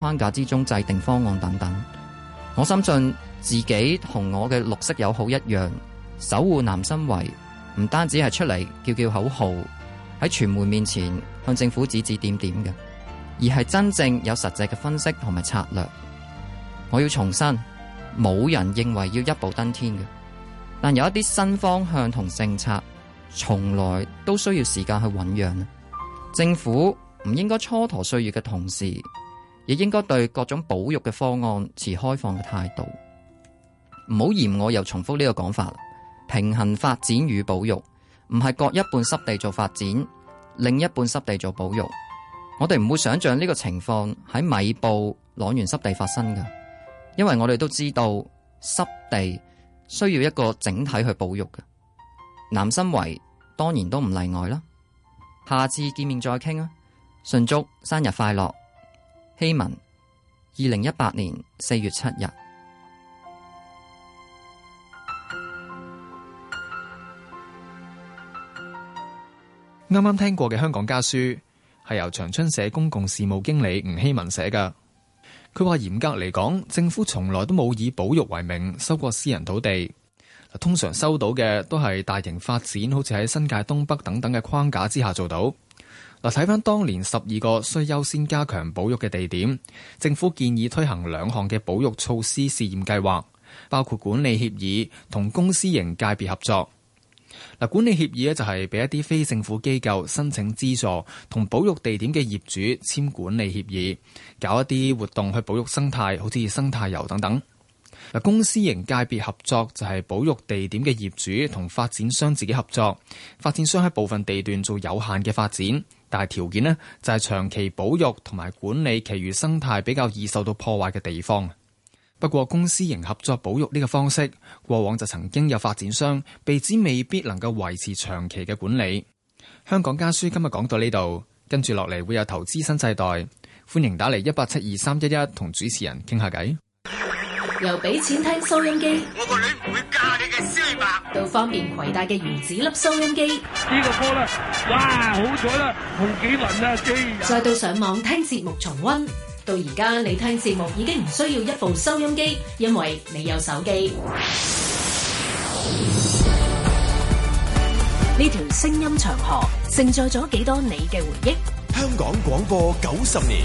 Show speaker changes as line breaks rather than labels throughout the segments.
框架之中制定方案等等。我深信自己同我嘅綠色友好一樣，守護南生圍唔單止係出嚟叫叫口號，喺傳媒面前向政府指指點點嘅，而係真正有實際嘅分析同埋策略。我要重申，冇人認為要一步登天嘅，但有一啲新方向同政策，從來都需要時間去醖釀。政府唔應該蹉跎歲月嘅同時，亦應該對各種保育嘅方案持開放嘅態度。唔好嫌我又重複呢個講法，平衡發展與保育，唔係各一半濕地做發展，另一半濕地做保育。我哋唔會想象呢個情況喺米埔塱原濕地發生㗎，因為我哋都知道濕地需要一個整體去保育嘅。南生圍當然都唔例外啦。下次見面再傾啊！順祝生日快樂！希文，二零一八年四月七日。
啱啱聽過嘅《香港家書》係由長春社公共事務經理吳希文寫㗎。佢話嚴格嚟講，政府從來都冇以保育為名收過私人土地。通常收到嘅都係大型發展，好似喺新界東北等等嘅框架之下做到。嗱，睇翻當年十二個需優先加強保育嘅地點，政府建議推行兩項嘅保育措施試驗計劃，包括管理協議同公私營界別合作。嗱，管理協議咧就係俾一啲非政府機構申請資助，同保育地點嘅業主簽管理協議，搞一啲活動去保育生態，好似生態遊等等。嗱，公私營界別合作就係保育地點嘅業主同發展商自己合作，發展商喺部分地段做有限嘅發展，但係條件呢就係長期保育同埋管理其餘生態比較易受到破壞嘅地方。不過，公私營合作保育呢個方式，過往就曾經有發展商被指未必能夠維持長期嘅管理。香港家書今日講到呢度，跟住落嚟會有投資新世代，歡迎打嚟一八七二三一一同主持人傾下偈。
由俾錢聽收音機
我個女唔會嫁你嘅蕭伯。
到方便攜帶嘅原子粒收音機，
呢個波咧，哇，好彩啦，洪幾文啊，機人。
再到上網聽節目重溫，到而家你聽節目已經唔需要一部收音機，因為你有手機。
呢條聲音長河承載咗幾多你嘅回憶？
香港廣播九十年，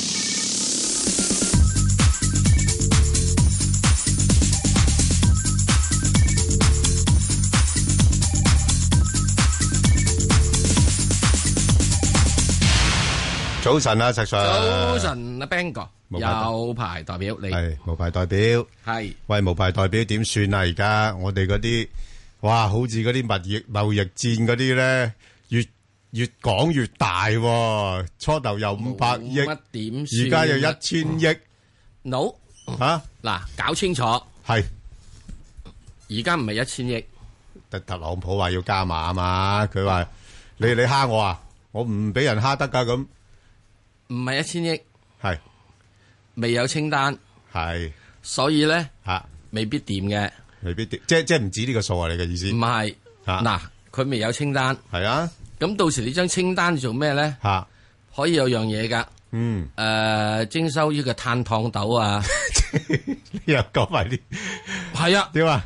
早晨啊，石 Sir。
早晨啊，Bang 哥，
冇辦法
有排代表你
係無牌代表，
係
喂無牌代表點算啊？而家我哋嗰啲哇，好似嗰啲貿易貿易戰嗰啲咧，越越講越大喎。初頭有五百億，
冇乜點算啊
而家有一千億。
no
吓
嗱，搞清楚
係
而家唔係一千億，
特特朗普話要加碼啊嘛，佢話你你蝦我啊，我唔俾人蝦得噶咁，
唔係一千億，
係
未有清單，
係
所以咧
吓
未必掂嘅。
未必掂，即即唔止呢個數啊！你嘅意思
唔係嗱，佢未有清單，
係啊。
咁到時你張清單做咩咧？
吓
可以有樣嘢噶，
嗯，
誒呃徵收呢個碳燙斗 啊，
又講埋啲
係啊，
點啊？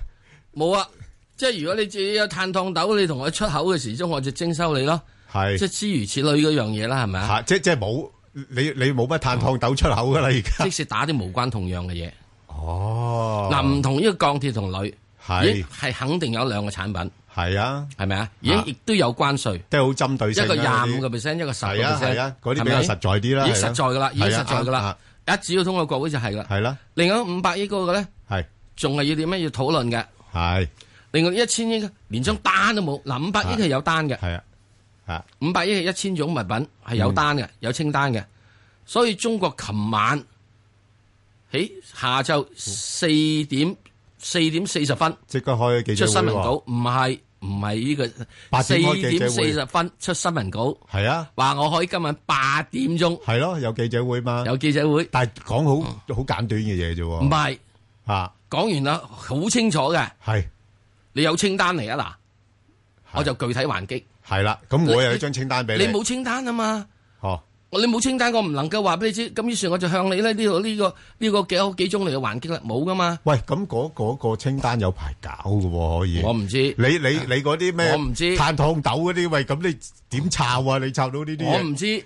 冇啊，即係如果你自己有碳燙斗，你同我出口嘅時鐘，我就徵收你咯。
係
即係諸如此類嗰樣嘢啦，係咪啊？
吓，即即冇你你冇乜碳燙斗出口噶啦，而家
哦即使打啲無關痛癢嘅嘢，
哦，
嗱唔同呢個鋼鐵同鋁，
係
已經係肯定有兩個產品，
係啊，
係咪啊？已經亦都有關税，
即係好針對性啊
一個廿五個
嗰啲
percent，一個十個
係啊
percent，
係啊嗰啲比較實在啲啦
已經
係啊
實在噶啦，已經
係啊
實在噶啦，一只要通過國會就係啦。
係啦，
另外五百億嗰個咧，
係
仲係要點樣要討論嘅？
係
另外一千億連張單都冇，嗱五百億係有單嘅，
係啊，啊嗯
五百億係一千種物品係有單嘅，有清單嘅，所以中國琴晚喺下晝四點四點四十分
即刻開記者
出
會
新聞
喎
稿，唔係唔係呢個
八
四
點開記者
點
會
四十分出新聞稿，
係啊，
話我可以今晚八點鐘，
係咯，有記者會嘛，
有記者會，嗯
但係講好好簡短嘅嘢啫喎，
唔係
啊，
講完啦，好清楚嘅，
係
你有清單嚟啊嗱，我就具體還擊。
係啦，咁我又有一張清單俾
你冇清單啊嘛，
哦，
我你冇清單，我唔能夠話俾你知。咁於是我就向你咧呢度呢個呢個幾幾鐘嚟嘅還擊啦，冇噶嘛。
喂，咁嗰嗰個清單有排搞嘅喎，可以。
我唔知。
你你你嗰啲咩？
我唔知
炭燙豆嗰啲，喂，咁你點抄啊？你抄到呢啲嘢？
我唔知，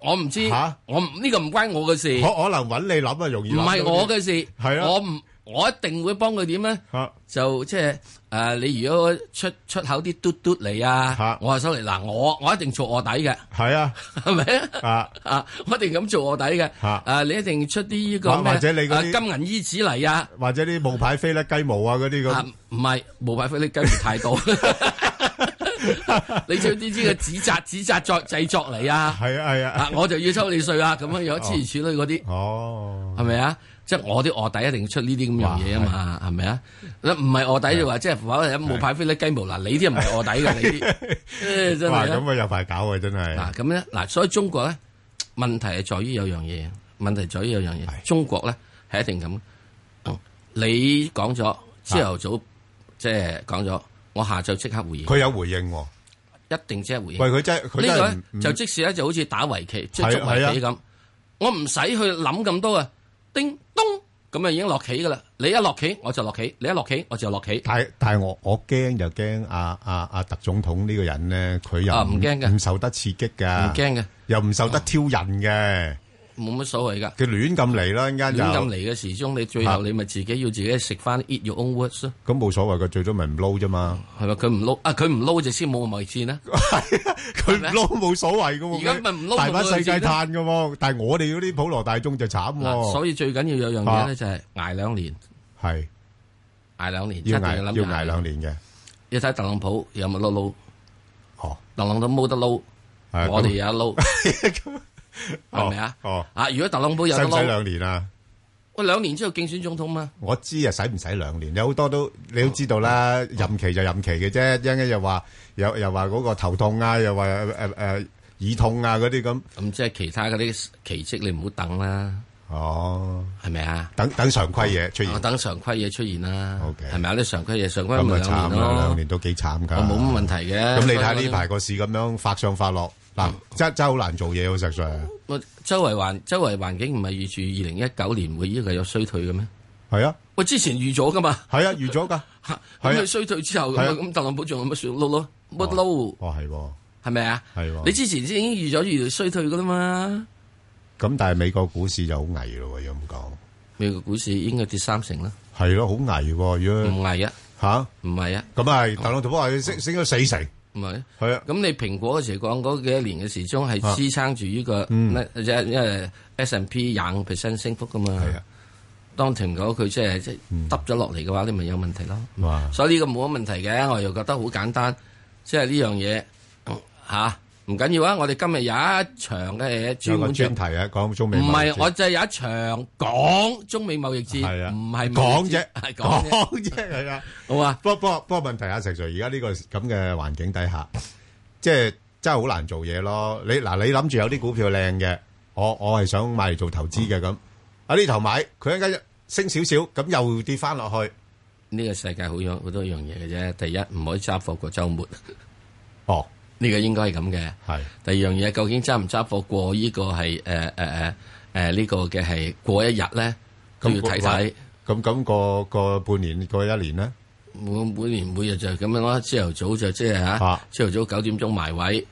我唔知，
吓
我唔呢個唔關我嘅事，
可
唔
可能揾你諗啊，容易諗到啲。
係我嘅事。
係啊
我唔我一定會幫佢點咧？就即係誒，你如果出出口啲嘟嘟嚟啊，我話收嚟嗱，我我一定做卧底嘅，
係啊，
係咪
啊？
啊，我一定咁做卧底嘅。
嚇
誒，你一定出啲呢個
或
咩
或者你嗰
誒
啲
金銀衣紙嚟啊！
或者啲冒牌飛甩雞毛啊，嗰啲
啊
咁。
唔係冇辦法，你跟唔 太多。 你將呢啲嘅指責、指責作製作嚟啊！
係啊係啊
我就要收你税啊！咁樣樣諸如此類嗰啲，
哦，
係咪啊？即係我啲卧底一定要出呢啲咁樣嘢啊嘛，係咪啊？唔係卧底就話即係話哎冇派飛甩雞毛嗱，你啲唔係卧底嘅，你啲唉真
哇，
係啊
咁啊有排搞啊，真係。
嗱咁咧嗱，所以中國咧問題係在於有樣嘢，問題在於有樣嘢，中國咧係一定咁。嗯你講咗朝頭早，即係講咗，我下晝即刻回應。
啊佢有回應喎。
一定即刻回應。
喂佢真係佢真係
呢個咧
唔
就即時咧就好似打圍棋，即
係啊
係捉圍棋
係
咁。我唔使去諗咁多啊，叮咚咁啊已經落棋噶啦。你一落棋我就落棋，你一落棋我就落棋。
但係但係我我驚就驚阿阿阿特總統呢個人咧，佢又
啊唔驚嘅
唔受得刺激㗎，
唔驚嘅，
又唔受得挑釁嘅，
冇乜所謂㗎。
佢亂咁嚟啦，一間
亂
就
咁嚟嘅時鐘，你最
啊
後你咪自己要自己食翻 eat your own words 咯。
咁冇所謂嘅，最多咪唔撈啫嘛。
係咪佢唔撈啊？佢唔撈就先冇貿易戰啦。
佢唔撈冇所謂㗎喎，
而家咪唔撈
大把
冇
世界
佢知啦
嘆㗎喎，但係我哋嗰啲普羅大眾就慘
嗱，
喎。
所以最緊要有樣嘢
哦啊
咧就係捱兩年，
係
捱兩年，
要
一定
捱
諗
要捱兩年嘅。
你睇特朗普有冇撈撈？
哦，
特朗普冇得撈，
係啊
我
咁
哋
啊
有 得撈，係咪啊？
哦，
啊，如果特朗普有得
使唔使
撈，
兩年啊？
喂，兩年之後競選總統嘛？
我知啊，使唔使兩年？有好多都你
哦
都知道啦，任期就任期嘅啫，一陣間又話又又話嗰個頭痛啊，又話誒誒誒耳痛啊嗰啲咁。
咁即係其他嗰啲奇蹟，你唔好等啦，
哦，
係咪啊？
等等常規嘢出現
我，等常規嘢出現啦，係咪啊？啲常規嘢，常規
咁
咪
啊
兩
慘
年
啦，兩
咯，
年都幾慘㗎。
我冇乜問題嘅。
咁你睇呢
所以我
排個市咁樣發上發落，嗱
嗯
真真係好難做嘢喎，實上
我周圍環周圍環境唔係預住二零一九年會呢個有衰退嘅咩？
係啊，
我之前預咗噶嘛，
係啊，預咗㗎，
咁
係
佢
啊，
衰退之後，咁
係
啊
啊
咁特朗普仲有乜算撈咯？乜撈
哦係喎，
係咪啊？
係喎。
你之前已經預咗預衰退噶啦嘛？
咁但係美國股市就好危咯喎，要咁講。
美國股市應該跌三成啦，
係咯，好危喎，如
唔
果
危啊，
嚇
唔係啊，
咁啊，特朗普話佢升升咗四成。
唔係啊。
係啊，
咁你蘋果嗰時講嗰幾多年嘅時鐘
啊
係支撐住呢個
嗯
咩？即係因為 S and P 廿五 percent 升幅噶嘛。
係啊。嗯
當蘋果佢即係即係耷咗落嚟嘅話，你咪有問題咯。
哇！
所以呢個冇乜問題嘅，我又覺得好簡單，即係呢樣嘢嚇唔緊要啊！我哋今日有一場嘅嘢
有
專
個
門
專
做
題啊，講中美
唔
貿易
係
戰
我就係有一場講中美貿易戰，
係啊
唔係貿
講
易戰
啫，
係講啫。
講啫，係啊。
好啊，
不過不過不過問題啊，石 Sir，而家呢個咁嘅環境底下，即係真係好難做嘢咯。你嗱，你諗住有啲股票靚嘅，我我係想買嚟做投資嘅咁，喺呢頭買，佢一間升少少，咁又跌翻落去。
呢個世界好樣好多樣嘢嘅啫。第一唔可以揸貨過週末，
哦，
呢個應該係咁嘅。
係
第二樣嘢，究竟揸唔揸貨過呢個係誒誒誒誒呢個嘅係過一日咧，都要睇睇。。
咁咁個個半年個一年咧，
每每年每日就係咁樣咯，朝頭早就即係嚇，
啊
朝頭早九點鐘埋位，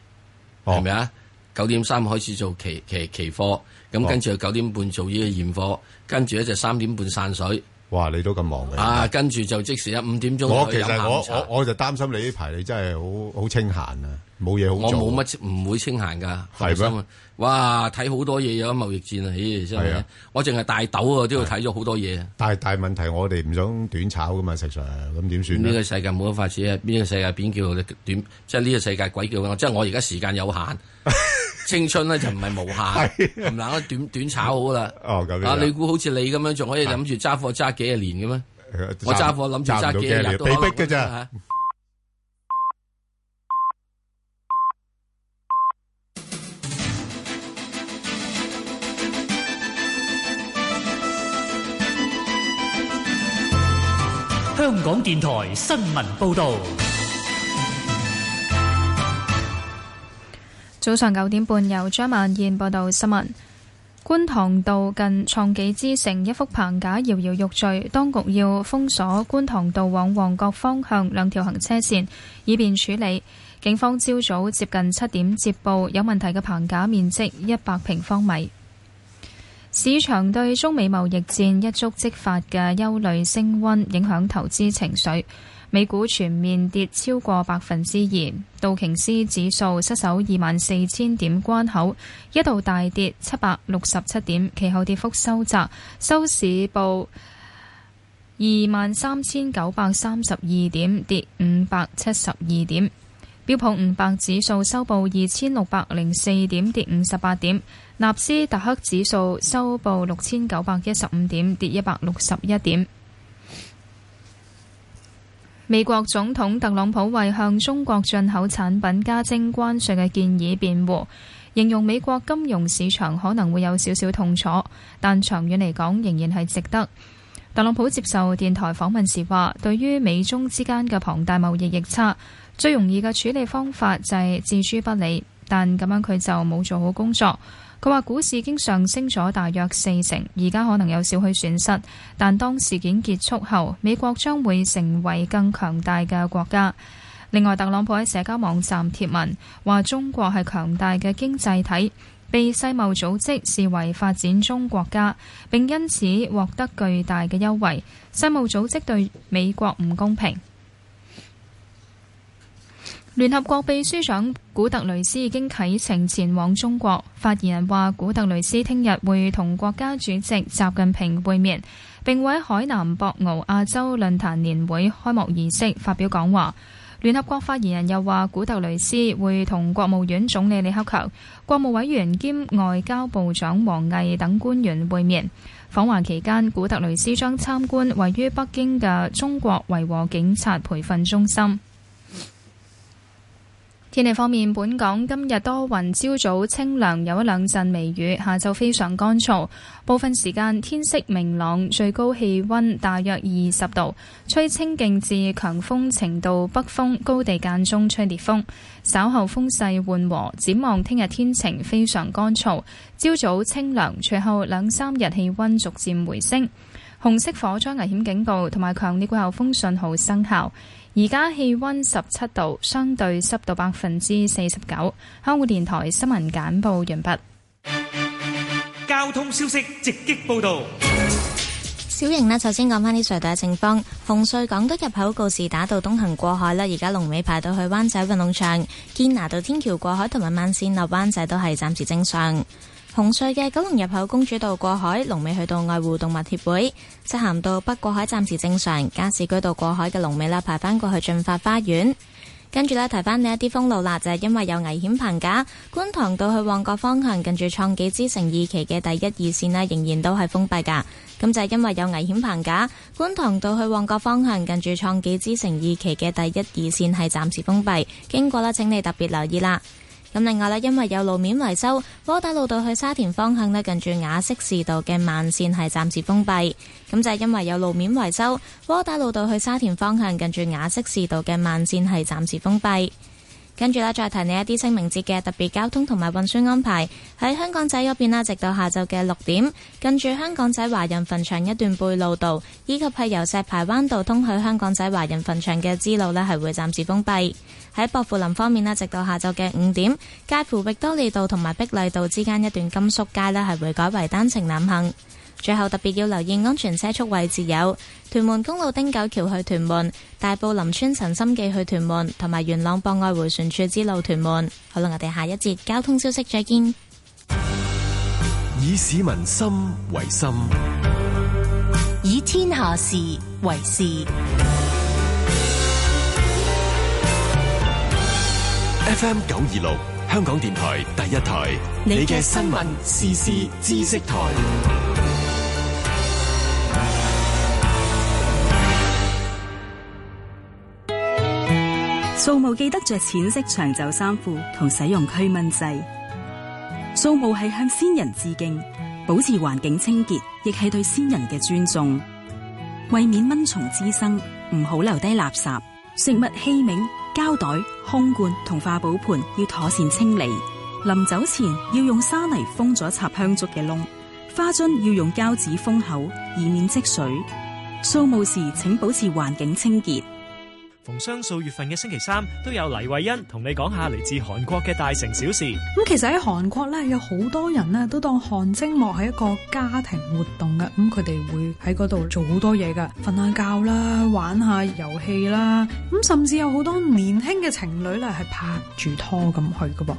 哦
係咪啊？九點三開始做期期期貨，
哦
咁跟住就九點半做呢個現貨，跟住咧就三點半散水，
哇！你都咁忙嘅。
啊，跟住就即時一五點鐘
我
去
其
飲下
實
午
我
茶
我我就擔心你呢排你真係好好清閒啊，冇嘢好
我
做。
冇乜唔會清閒噶，
係
放
咩
心啊！哇，睇好多嘢有貿易戰啊，咦，真
係
係
啊
我淨係大豆啊都要睇咗好多嘢啊。
但係但係問題，我哋唔想短炒噶嘛，石 Sir，咁點算
呢
咧？
個世界冇得法子啊！邊個世界邊叫我哋短？即係呢個世界鬼叫我，即係我而家時間有限，青春咧就唔係無 限，唔能夠短短炒好啦。
哦，咁樣
啊，你估好似你咁樣仲可以諗住揸貨揸幾廿年嘅咩？
誒
我揸貨諗住
唔到
揸幾
幾
廿
年
日都
被
可能
逼嘅咋。
嚇
香港電台新聞報道。
早上九點半，由張萬燕報道新聞。觀塘道近創紀之城一幅棚架搖搖欲墜，當局要封鎖觀塘道往旺角方向兩條行車線，以便處理。警方朝早接近七點接報，有問題嘅棚架面積一百平方米。市場對中美貿易戰一觸即發嘅憂慮升溫，影響投資情緒。美股全面跌超過百分之二，道瓊斯指數失守二萬四千點關口，一度大跌七百六十七點，其後跌幅收窄，收市報二萬三千九百三十二點，跌五百七十二點。標普五百指數收報二千六百零四點，跌五十八點；納斯達克指數收報六千九百一十五點，跌一百六十一點。美國總統特朗普為向中國進口產品加徵關稅嘅建議辯護，形容美國金融市場可能會有少少痛楚，但長遠嚟講仍然係值得。特朗普接受電台訪問時話，對於美中之間嘅龐大貿易逆差，最容易嘅處理方法就係置諸不理，但咁樣佢就冇做好工作。佢話股市已經上升咗大約四成，而家可能有少許損失，但當事件結束後，美國將會成為更強大嘅國家。另外，特朗普喺社交網站貼文話：中國係強大嘅經濟體，被世貿組織視為發展中國家，並因此獲得巨大嘅優惠。世貿組織對美國唔公平。聯合國秘書長古特雷斯已經啟程前往中國。發言人話，古特雷斯聽日會同國家主席習近平會面，並會喺海南博鰲亞洲論壇年會開幕儀式發表講話。聯合國發言人又話，古特雷斯會同國務院總理李克強、國務委員兼外交部長王毅等官員會面。訪華期間，古特雷斯將參觀位於北京嘅中國維和警察培訓中心。天氣方面，本港今日多雲，朝早清涼，有一兩陣微雨，下晝非常乾燥，部分時間天色明朗，最高氣溫大約二十度，吹清勁至強風程度北風，高地間中吹烈風，稍後風勢緩和。展望聽日天晴，非常乾燥，朝早清涼，隨後兩三日氣溫逐漸回升。紅色火災危險警告同埋強烈季候風信號生效。而家氣溫十七度，相對濕度百分之四十九。香港電台新聞簡報完畢。
交通消息直擊報道。
小瑩呢，首先講翻啲隧道嘅情況。紅隧港島入口告士打道東行過海啦，而家龍尾排到去灣仔運動場。堅拿道天橋過海同埋慢線落灣仔都係暫時正常。紅隧嘅九龍入口公主道過海，龍尾去到愛護動物協會；漆咸道北過海暫時正常，加士居道過海嘅龍尾啦，排返過去駿發花園。跟住呢，提翻你一啲封路啦，就係、是、因為有危險棚架，觀塘道去旺角方向，近住創紀之城二期嘅第一二線呢，仍然都係封閉噶。咁就係因為有危險棚架，觀塘道去旺角方向，近住創紀之城二期嘅第一二線係暫時封閉，經過啦，請你特別留意啦。咁另外呢，因為有路面維修，窩打老道去沙田方向呢，近住雅息士道嘅慢線係暫時封閉。咁就係因為有路面維修，窩打老道去沙田方向近住雅息士道嘅慢線係暫時封閉。跟住呢，再提你一啲清明節嘅特別交通同埋運輸安排。喺香港仔嗰邊啦，直到下晝嘅六點，近住香港仔華人墳場一段貝路道，以及係由石排灣道通去香港仔華人墳場嘅支路呢，係會暫時封閉。喺薄扶林方面呢，直到下晝嘅五點，介乎域多利道同埋碧麗道之間一段甘肅街呢，係會改為單程南行。最後特別要留意安全車速位置有屯門公路汀九橋去屯門、大埔林村陳心記去屯門，同埋元朗博愛回旋處之路屯門。好啦，我哋下一節交通消息再見。
以市民心為心，
以天下事為事。
FM 九二六，香港電台第一台，你嘅新聞、時事、知識台。
掃墓記得着淺色長袖衫褲同使用驅蚊劑。掃墓係向先人致敬，保持環境清潔，亦係對先人嘅尊重。為免蚊蟲滋生，唔好留低垃圾。食物器皿、膠袋、空罐同化寶盤要妥善清理。臨走前要用沙泥封咗插香燭嘅窿，花樽要用膠紙封口，以免積水。掃墓時請保持環境清潔。
逢雙數月份嘅星期三都有黎慧欣同你講下嚟自韓國嘅大城小事。
咁其實喺韓國咧，有好多人咧都當汗蒸幕係一個家庭活動嘅，咁佢哋會喺嗰度做好多嘢噶，瞓下覺啦，玩下遊戲啦，咁甚至有好多年輕嘅情侶咧係拍住拖咁去噶噃。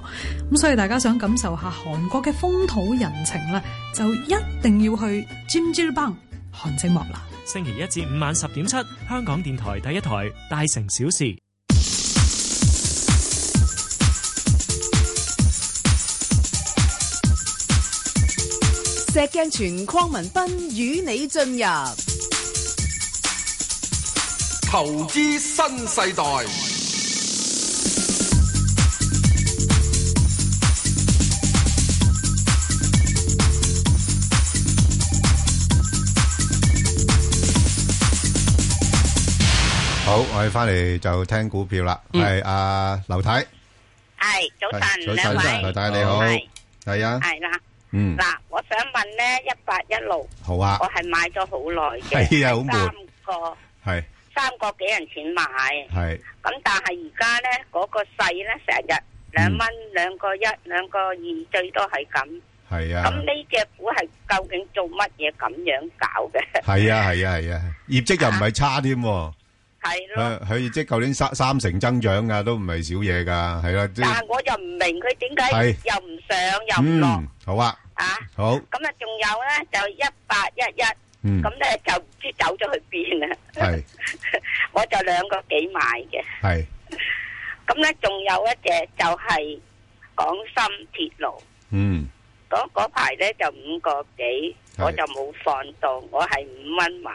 咁所以大家想感受下韓國嘅風土人情咧，就一定要去 Jimjilbang 汗蒸幕啦。
星期一至五晚十點七，香港電台第一台《大城小事》。
石鏡泉鄺民彬與你進入
投資新世代，
好，我哋返嚟就聽股票啦。係，阿劉太。
系早晨，
係，早晨，
兩位
劉太，你好。
係
係啊，
系啦，
嗯
嗱，我想問咧，一八一六，
好啊
我係買咗好耐嘅，
係啊好悶
三個三個幾人錢買，
係，係，係，
咁但係而家咧嗰個勢咧，成日兩蚊、兩個一、兩個二，最多係咁。
啊，
咁呢只股係究竟做乜嘢咁樣搞嘅？
係啊，係啊，係啊，業績又唔係差添喎。
係
佢-
咯，
佢業績舊年三-三成增長㗎，都唔係少嘢㗎，係啦，即係-
但係我又唔明佢點解
係
又唔上又
Ừ.
唔落。
嗯，好啊，好，
咁啊，仲有咧就一八一一，
嗯
咁咧就唔知走咗去邊啦。
係
我就兩個幾買嘅，
係
咁咧仲有一隻就係港深鐵路，
嗯
嗰嗰排咧就五個幾，
係
我就冇放到，我係五蚊買，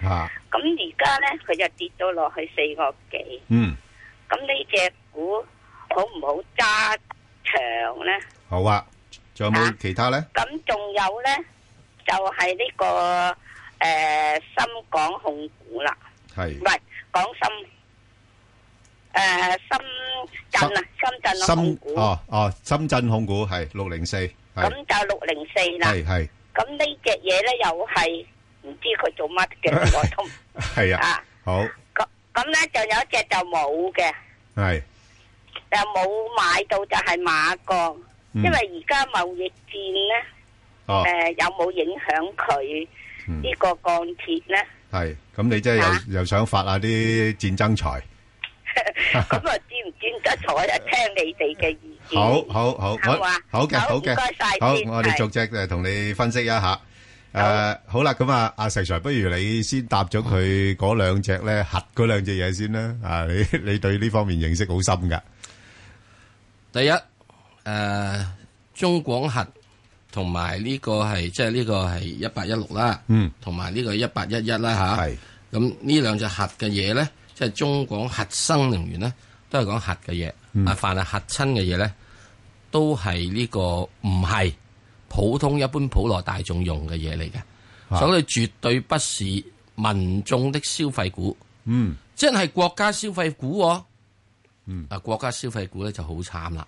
吓
咁而家咧佢就跌到落去四個幾，
嗯
咁呢只股好唔好揸長咧？
好啊，仲有冇其他咧？
咁仲有咧就係呢、個呃深港控股啦。
係
唔係港深诶深圳啊，深圳啊控
深
股，
哦哦，深圳控股係六零四，
咁
係
就六零四啦。
係係
咁呢只嘢咧又係唔知佢做乜嘅，我都唔
係啊，好
咁咧就有一隻就冇嘅，
係
就冇買到就係馬鋼，
嗯
因為而家貿易戰咧，
哦
诶有冇影響佢呢個鋼鐵咧？
係，咁你即係又又想發下啲戰爭財，
咁啊知唔知得彩啊？聽你哋嘅意見。
好好好，
好
我
啊
好嘅
好
好嘅
唔該晒，
好
先
我
係
哋逐隻誒同你分析一下。誒好啦，咁啊，阿石 Sir，不如你先答咗佢嗰兩隻咧，核嗰兩隻嘢先啦。啊，你你對呢方面認識好深㗎，
第一，诶、中廣核同埋呢個係即係呢個係一八一六啦，
嗯，
同埋呢個一八一一啦吓，系咁呢兩隻核嘅嘢咧，即係中廣核生能源咧，都係講核嘅嘢，
嗯
啊，凡係核親嘅嘢咧，都係呢個唔係普通一般普羅大眾用嘅嘢嚟嘅，
啊
所以絕對不是民眾的消費股。
嗯
即係國家消費股、喎，
嗯，
啊國家消費股咧就好慘啦。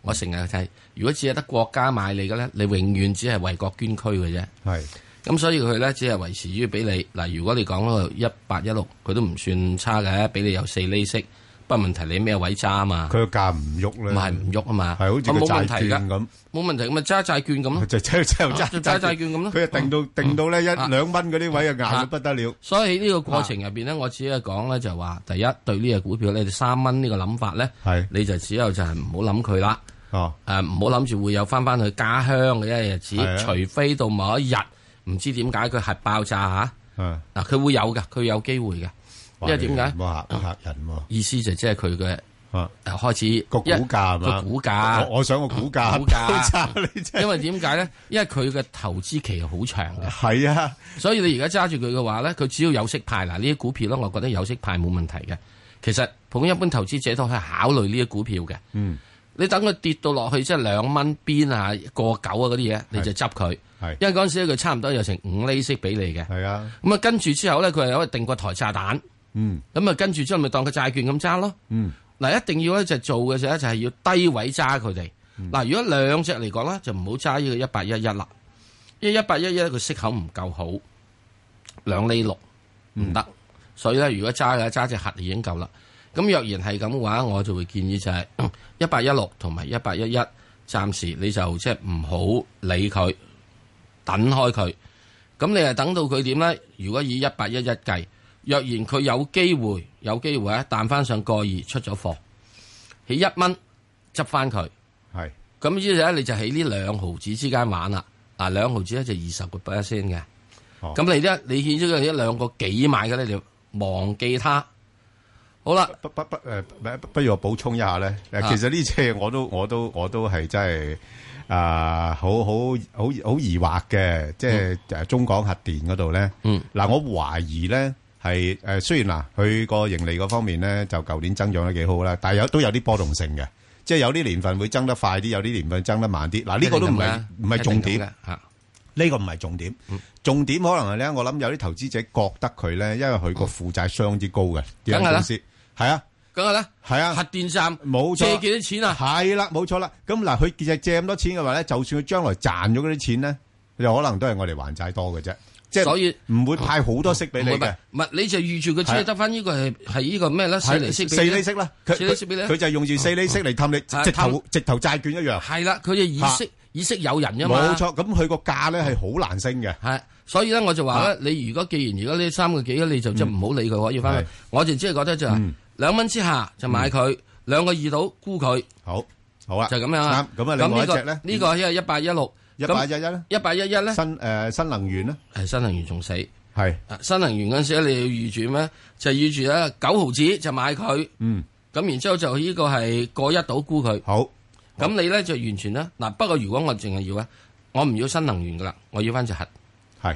我成日睇，如果只係得國家買你嘅咧，你永遠只係為國捐軀嘅啫。
係
咁所以佢咧只係維持於俾你嗱，如果你講嗰一八一六，佢都唔算差嘅，俾你有四厘息。不過問題你咩位揸啊嘛？
佢個價唔喐咧，
唔係唔喐啊嘛，
係好似個
咁冇問
債
題㗎
券咁。
冇問題，咁咪揸債券咁咯，
就揸揸
揸
揸
揸債券咁咯。
佢就定到定到咧一兩蚊嗰啲位啊硬到不得了。
所以喺呢個過程入邊咧，我只係講咧就話，第一對呢只股票咧，你三蚊呢個諗法咧，你就只有就係唔好諗佢啦。
哦，
誒唔好諗住會有翻翻去家鄉嘅一日
係啊
子，除非到某一日唔知點解佢核爆炸
嚇。
嗱，佢會有嘅，佢有機會嘅，因為點解？
哇！嚇人喎！
意思就即係佢嘅
誒
開始個
股價係嘛
個股價，
我我想個股價
股
爆
價
炸你真係
因為點解咧？因為佢嘅投資期好長嘅，
係啊，
所以你而家揸住佢嘅話咧，佢只要有息派嗱，呢啲股票咧，我覺得有息派冇問題嘅。其實普通一般投資者都係考慮呢啲股票嘅。
嗯，
你等佢跌到落去即係兩蚊邊啊、過九啊嗰啲嘢，你就執佢。因為嗰陣時咧佢差唔多有成五厘息俾你嘅。
係啊，
咁啊跟住之後咧，佢係有定個台炸彈。
嗯
咁啊跟住之後咪當佢債券咁揸咯。
嗯
嗱，一定要咧就做嘅時候呢就係要低位揸佢哋。嗱，如果兩隻嚟講咧，就唔好揸呢個一八一一啦，因為一八一一佢息口唔夠好，兩厘六唔得，所以咧如果揸嘅揸只核已經夠啦。咁若然係咁嘅話，我就會建議就係 一八一六同埋一八一一，暫時你就即係唔好理佢，等開佢。咁你係等到佢點咧？如果以一八一一計，若然佢有機會有機會咧彈翻上個二出咗貨，起一蚊執翻佢。
係
咁於是咧，你就喺呢兩毫子之間玩啦。嗱，兩毫子咧就二十個 percent 嘅。
哦
咁你咧，你顯咗佢一兩個幾買嘅咧，你就忘記它。好啦，
不不不誒，不不如我補充一下咧。誒，
啊
其實呢隻我都我都我都係真係啊，好好好好疑惑嘅，即係誒中港核電嗰度咧。
嗯，
嗱，我懷疑咧係誒，雖然嗱佢個盈利嗰方面咧就舊年增長得幾好啦，但係有都有啲波動性嘅，即係有啲年份會增得快啲，有啲年份增得慢啲。嗱，啊呢個都唔係唔係重點。
嚇。
呢個唔係重點，重點可能係咧，我諗有啲投資者覺得佢咧，因為佢個負債相當之高嘅，呢間
梗係啦
公司係啊，
梗係啦，
係啊，核
電站
冇
借
錯，
幾多錢啊？
係啦，冇錯啦。咁嗱，佢其實借咁多錢嘅話咧，就算佢將來賺咗嗰啲錢咧，就可能都係我哋還債多嘅啫，即係
所以
唔會派好多息俾你
唔係
嘅。
唔係，你就預住佢只係得翻呢個係係呢個咩咧？四厘息俾
四
你
厘息啦，佢
四厘息俾你啊。
佢就係用住四厘息嚟氹你，直頭直頭債券一樣。
係啦，佢嘅意識意識有人啊嘛。
冇錯，咁佢個價咧係好難升嘅。
係，所以咧我就話咧，你如果既然而家呢三個幾，你就即係唔好理佢，可以翻去
係。
我就只係覺得就係兩蚊之下就買佢，兩個二到沽佢。
好，好啦，
就咁樣啊。
啱咁啊另外一隻
呢
呢
個呢個係一八一六，
1811呢
一八一一咧，
新誒新能源咧，
係新能源仲死。啊
係
新能源嗰陣時咧，你要預住咩？就預住咧九毫子就買佢。
嗯。
咁然之後就呢個係過一到沽佢。
好。
咁你咧就完全咧嗱，不過如果我淨係要咧，啊我唔要新能源噶啦，我要翻隻核。
係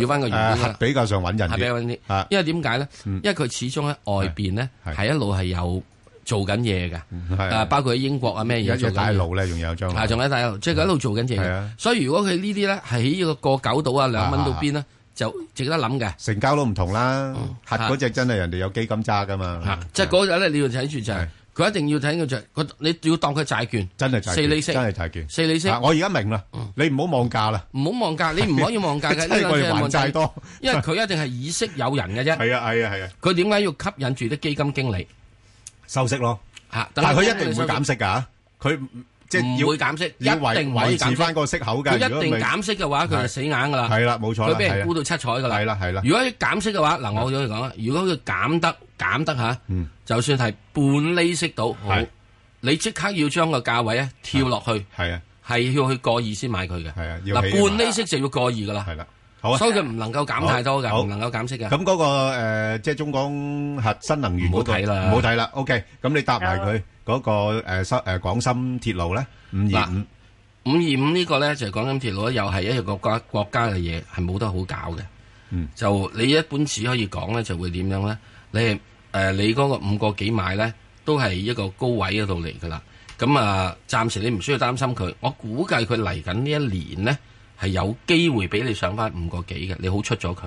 要翻個原
誒
本
核
啦。
比較上穩陣
係比較
啲。
穩啲
啊，
因為點解咧？因為佢始終喺外邊咧，係一路係有做緊嘢
嗯係
嘅，啊，包括喺英國啊咩嘢
而
做
家
緊
大
嘢
路咧，仲有張
啊，仲喺大陸，即係佢一路做緊嘢
係
嘅
啊。
所以如果佢呢啲咧係喺呢個過九到啊兩蚊到邊咧，就值得諗嘅。
成交都唔同啦，核嗰只真係人哋有基金揸噶嘛，
即係嗰日咧，你要睇住就係佢一定要睇佢就係佢，你要當佢債券，
啊真係債券
四厘息，
真係債券
四厘息
啊。我而家明啦，你唔好望價啦，
唔好望價，你唔可以 望價嘅，
真係
呢個
我哋
真係望
還債多，
因為佢一定係以息有人嘅啫。
係啊係啊係啊，
佢點解要吸引住啲基金經理
收息咯。
嚇？
但係佢一定
收
會
息
減息㗎，佢唔即係要
唔會減息，
要
一定
維
唔可以
維
減息
持翻個息口
佢
㗎。如
一
果
定
唔係
減息嘅話，佢就
係
死硬㗎啦。
係啦冇錯啦
佢俾
係
人
啊
估到七彩㗎啦。
係啦係啦
如果佢減息嘅話，嗱，我同你講啊，如果佢減得減得嚇，就算係半厘息到，好
係，
你即刻要將個價位咧跳落去，
係啊，
係要去過二先買佢嘅。係啊
要起啊
嗱，半厘息就要過二㗎啦。係
啦，好啊
所以佢唔能夠減太多㗎，
好
唔能夠減息㗎。
咁嗰個誒，即係中港核新能源嗰個
唔好睇啦
唔好睇啦。OK，咁你搭埋佢嗰個誒收誒呃廣深鐵路咧，五二
嗱
五。
五二五呢個咧就係港深鐵路呢又係一個國家國家嘅嘢，係冇得好搞嘅。
嗯
就你一般只可以講咧，就會點樣咧？你係誒、呃你嗰個五個幾買咧，都係一個高位嗰度嚟噶啦。咁啊，暫時你唔需要擔心佢。我估計佢嚟緊呢一年咧，係有機會俾你上翻五個幾嘅。你好出咗佢。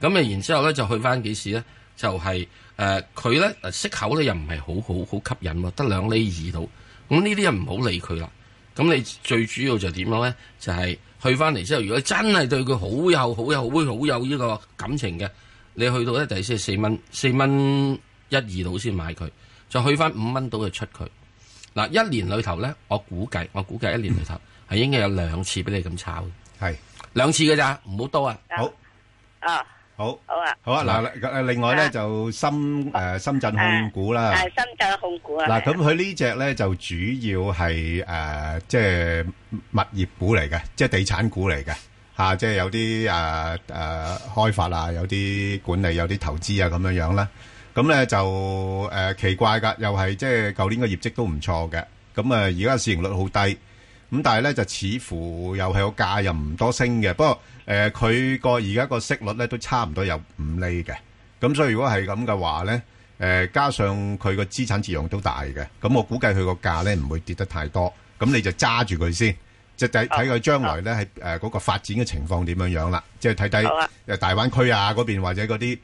咁啊，然之後咧就去翻幾時咧？就係誒佢咧呃息口咧又唔係好好好吸引喎，得兩厘二度。咁呢啲又唔好理佢啦。咁你最主要就點樣咧？就係、去翻嚟之後，如果真係對佢好有好有好有好有呢個感情嘅，你去到咧第四四蚊四蚊一二度先買佢，就去翻五蚊度去出佢。嗱，一年裏頭咧，我估計我估計一年裏頭係應該有兩次俾你咁炒
嘅，係
兩次嘅咋，唔好多啊。
好，
啊，
好，
好啊，
好啊，嗱，誒另外咧就深誒深圳控股啦。
係深圳控股啊，
嗱，咁佢呢只咧就主要係誒、呃即係物業股嚟嘅，即係地產股嚟嘅嚇，即係有啲誒誒開發啊，有啲管理，有啲投資啊咁樣樣啦。咁咧就誒、呃奇怪㗎，又係即係舊年個業績都唔錯嘅。咁啊，而家市盈率好低，咁但係咧就似乎又係個價又唔多升嘅。不過誒，佢個而家個息率咧都差唔多有五厘嘅。咁所以如果係咁嘅話咧，誒、加上佢個資產折讓都大嘅，咁我估計佢個價咧唔會跌得太多。咁你就揸住佢先，即係睇呃睇佢將來咧喺誒嗰個發展嘅情況點樣樣啦。即係睇
好
睇
啊
誒大灣區啊嗰邊或者嗰啲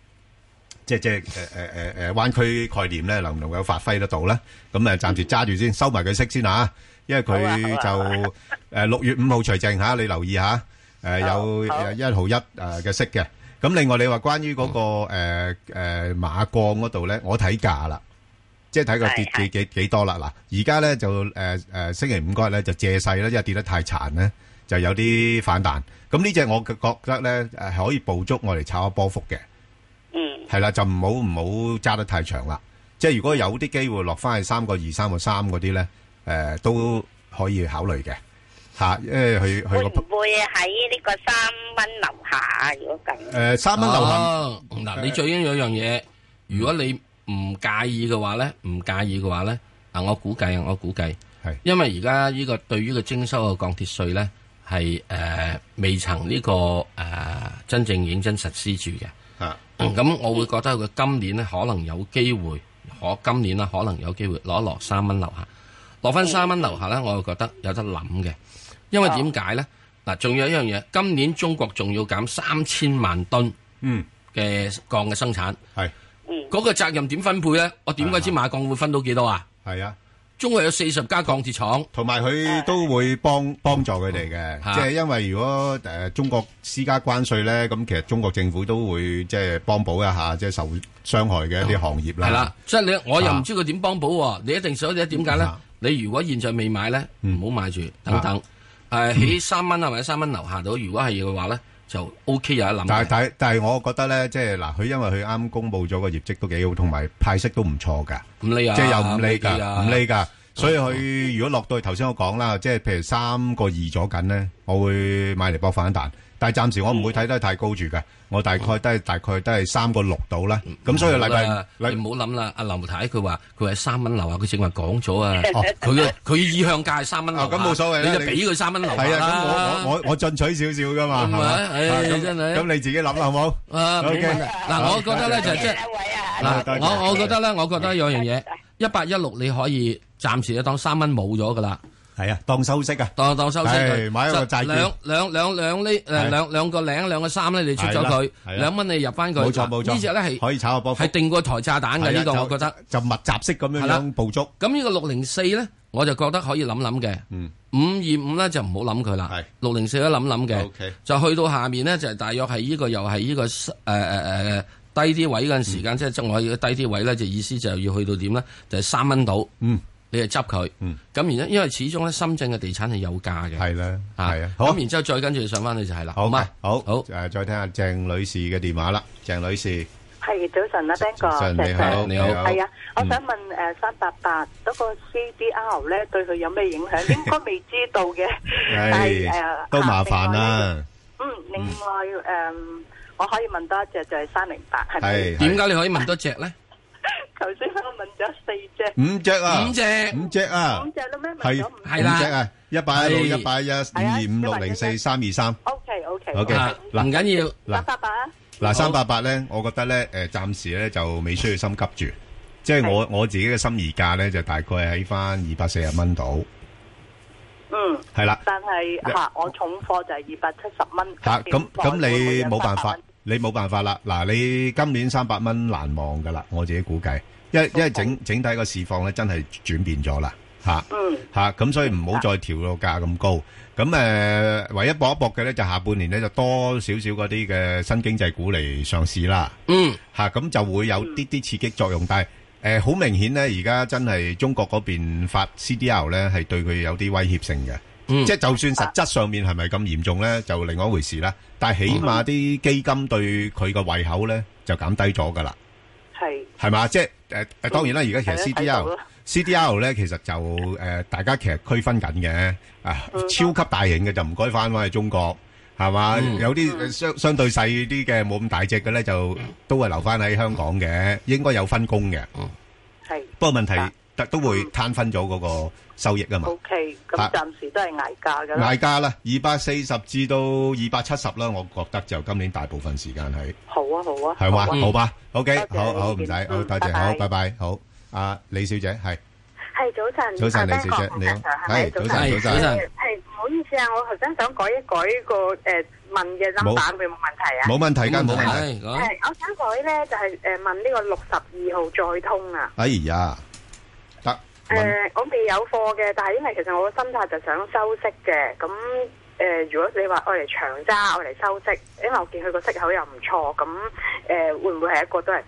即係即係誒誒誒誒灣區概念咧，能唔能夠發揮得到咧？咁誒暫時揸住先，收埋佢息先嚇，因為
好啊
佢
好啊
就誒六月五號除淨嚇，你留意嚇。誒有一毫一誒嘅息嘅。咁另外你話關於嗰個誒誒馬鋼嗰度咧，我睇價啦。即係睇佢跌幾幾幾多啦。嗱，而家咧就誒誒、呃星期五嗰日咧就借勢咧，因為跌得太殘咧，就有啲反彈。咁呢只我覺得咧誒係可以捕捉我嚟炒下波幅嘅。
嗯，
係啦，就唔好唔好揸得太長啦。即係如果有啲機會落翻去三個二、三個三嗰啲咧，誒、都可以考慮嘅嚇、因為佢佢個
會喺呢個三蚊樓下，如果咁。
誒三
啊
蚊樓下
哦嗱，你最緊要一樣嘢，如果你唔介意嘅話咧，唔介意嘅話咧，嗱，我估計，啊我估計，
係
因為而家呢個對於個徵收嘅鋼鐵税咧，係誒未曾呢個誒真正認真實施住嘅。
啊，
咁我會覺得佢今年咧可能有機會，可今年啦可能有機會攞一落三蚊樓下，落翻三蚊樓下咧，我又覺得有得諗嘅，因為點解咧？嗱，仲有一樣嘢，今年中國仲要減三千萬噸。
嗯。
嘅鋼嘅生產，
係啊
嗰個責任點分配咧？我點解知馬鋼會分到幾多啊？
係啊，
中國有四十家鋼鐵廠，
同埋佢都會幫幫助佢哋嘅，
嚇
即係因為如果誒、呃中國施加關税咧，咁其實中國政府都會即係幫補一下即係受傷害嘅一啲行業啦。
哦係啦，即係你我又
啊
唔知佢點幫補喎。你一定所以點解咧？你如果現在未買咧，
嗯
唔好買住，等等。誒，喺三蚊啊或者三蚊樓下度，如果係嘅話咧，就 O K 有得諗
但
嘅
係。但係但係，我覺得咧，即係嗱，佢因為佢啱公布咗個業績都幾好，同埋派息都唔錯㗎，
五厘啊
即係又五厘
五厘
㗎，
啊
五厘㗎。所以佢如果落到去頭先我講啦，即係譬如三個二咗緊咧，我會買嚟搏反彈。但係暫時我唔會睇得太高住嘅，我大
嗯
概都係大概都係三個六到啦。咁所以禮拜
好啦你唔好諗啦，阿劉太佢話佢係啊三蚊樓下，佢正話講咗啊，
哦
佢嘅佢意向價係三蚊樓下，
咁冇所謂啦
你就俾佢三蚊樓下
係
啦
啊，咁我我我 我進取少少噶嘛，係
咁
嘛
啊？唉
啊咁
真係
咁你自己諗啦，好冇？
啊，冇
OK
問題嗱，我覺得咧就即係
多
嗱，
謝
我我覺得咧，我覺得有樣嘢，一八一六你可以暫時就當三蚊冇咗噶啦，
係啊，當收息啊，
當當收息佢，
係買一個
就
債券
兩兩兩兩呢
係
誒兩兩個零兩個三咧，你出咗
係啦
佢
係啦
兩蚊你入翻佢，
冇錯冇錯
呢只咧係
可以炒下波幅
係定過台炸彈嘅
係啊
呢
就
個，我覺得
就密集式咁樣
係啦
樣捕捉。嗯
咁呢個六零四咧，我就覺得可以諗諗嘅。五二五咧就唔好諗佢啦，六零四都諗諗嘅
OK，
就去到下面咧就係大約係呢個又係呢個誒誒誒低啲位嗰陣
嗯
時間，即係即係我要低啲位咧，就意思就要去到點咧，就係三蚊到，
嗯，
你就執佢，
嗯，
咁然之後因為始終咧深圳嘅地產係有價嘅，
係啦，係啊，好
咁然之後再跟住上翻去就係啦，
好
嘛，
好好誒，再聽下鄭女士嘅電話啦，鄭女士
系早晨啊，Ben 哥，
早晨你好你好
系啊，我
嗯，
想问诶三八八嗰個 CDR 咧對佢有咩影響？應該未知道嘅但係
唉
诶
都麻煩。啦，
嗯，另外诶，我可以問多一隻就係三零八，係咪
係？
點解你可以問多隻咧？
頭先我問咗四隻，
五隻啊，
五隻
五隻啊，
五隻啦咩？問
係
咗五
五隻啊，一八一六、
係
一八一二二五六零四三二三。
，OK OK
OK，嗱
唔緊要。
嗱
三八八啊，
嗱，三八八咧，我覺得咧，誒、暫時咧就未需要心急住，即係我我自己嘅心儀價咧就大概喺翻二百四十蚊度，
嗯，
係啦
但係
一
吓我重貨就係二百七十蚊，
嚇咁咁你冇辦法
300蚊，
你冇辦法啦。嗱，你今年三百蚊難望噶啦，我自己估計，因為因為整整體個市況咧真係轉變咗啦，嚇、
嗯
嚇咁、所以唔好再調到價咁高。咁誒、唯一搏一搏嘅咧就下半年咧就多少少嗰啲嘅新經濟股嚟上市啦。
嗯，
嚇咁、就會有啲啲刺激作用，但係。誒好、明顯咧，而家真係中國嗰邊發 CDR 咧，係對佢有啲威脅性嘅。即係就算實質上面係咪咁嚴重咧，就另外一回事啦。但係起碼啲基金對佢個胃口咧就減低咗㗎啦。
係
係嘛？即係誒誒，當然啦，而家其實
嗯係啊睇到
CDR
啦
CDR 咧，其實就誒、大家其實區分緊嘅啊，
嗯
超級大型嘅就唔該翻翻去中國。係嘛？
嗯
有啲呃相相對細啲嘅冇咁大隻嘅咧，就
嗯
都係留翻喺香港嘅，應該有分工嘅。
嗯係
不過問
啊
題但都會
嗯
攤分咗嗰個收益啊嘛。
OK，咁
啊
暫時都係捱價㗎啦。
嗌價啦，二百四十至到二百七十啦，我覺得就今年大部分時間係
好啊，好啊，
係嘛，
啊
好吧，OK，
多謝
好
你
好
意
唔
見
使，好
嗯
多謝，
拜拜
好，拜拜，好，阿李小姐係
系早晨，
早晨
阿
李
Ben
小姐
哥
你好
早晨係咪
係
早
早晨
晨，
早晨
係唔
好
好意
意思啊，我頭先想改一改個誒問嘅 number，佢有冇問題啊？
冇問題㗎，冇
冇
問題。
係，我想改咧就係誒問呢個六十二號再通啊。
哎呀，得
誒、我未有貨嘅，但係因為其實我嘅心態就想收息嘅，咁誒、如果你話我嚟長揸，我嚟收息，因為我見佢個息口又唔錯，咁誒、呃會唔會係一個都係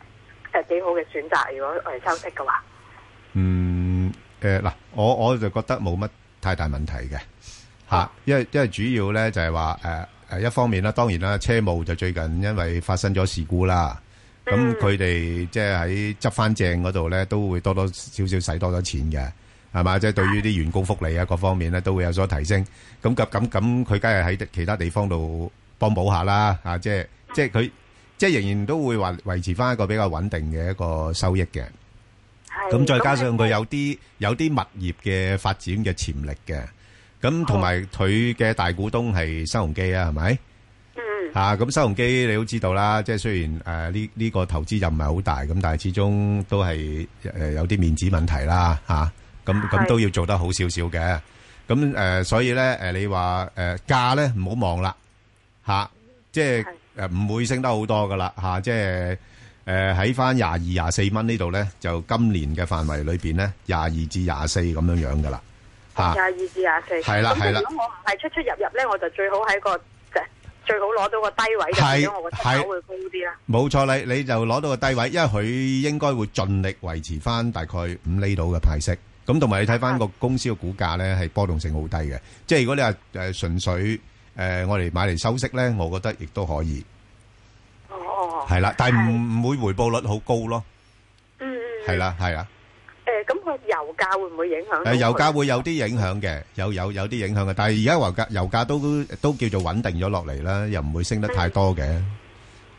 誒幾好嘅選擇？如果我嚟收息嘅話，
嗯，诶、嗱，我我就覺得冇乜太大問題嘅吓、因為因为主要咧就係話诶诶，一方面啦，當然啦，車務就最近因為發生咗事故啦，咁佢哋即係喺執翻正嗰度咧，都會多多少少使多咗錢嘅。係嘛？即係對於啲員工福利啊，各方面咧都會有所提升。咁咁咁咁，佢梗係喺其他地方度幫補下啦。啊，即係即係佢即係仍然都會維維持翻一個比較穩定嘅一個收益嘅。咁再加上佢有啲有啲物業嘅發展嘅潛力嘅，咁同埋佢嘅大股東係新鴻基啊，係咪？啊，咁新鴻基你都知道啦，即係雖然誒呢呢個投資就唔係好大，咁但係始終都係誒、呃有啲面子問題啦，嚇、咁咁
係
都要做得好少少嘅。咁誒、呃所以咧誒、呃你話誒、呃價咧唔好望啦，嚇、即係誒唔會升得好多噶啦，嚇、即係誒喺翻廿二廿四蚊呢度咧，就今年嘅範圍裏邊咧，廿二至廿四咁樣樣噶啦，嚇、
廿二至廿四，
啊係啦
咁
係啦
如果我唔係出出入入咧，我就最好喺個最好攞到個低位，就
係
變咗我個息口會高啲啦。
冇錯，你你就攞到個低位，因為佢應該會盡力維持翻大概五厘度嘅派息。咁同埋你睇翻個公司嘅股價咧，係波動性好低嘅。即係如果你話誒純粹誒、呃我哋買嚟收息咧，我覺得亦都可以
Ờ.
哦，
係啦，但係唔唔會回報率好高咯，
Ừ,
嗯，
係啦係啦。
誒咁個油價會唔會影響到佢？
誒油價會有啲影響嘅，有有有啲影響嘅，但係而家油價油價都都叫做穩定咗落嚟啦，又唔會升得太多嘅。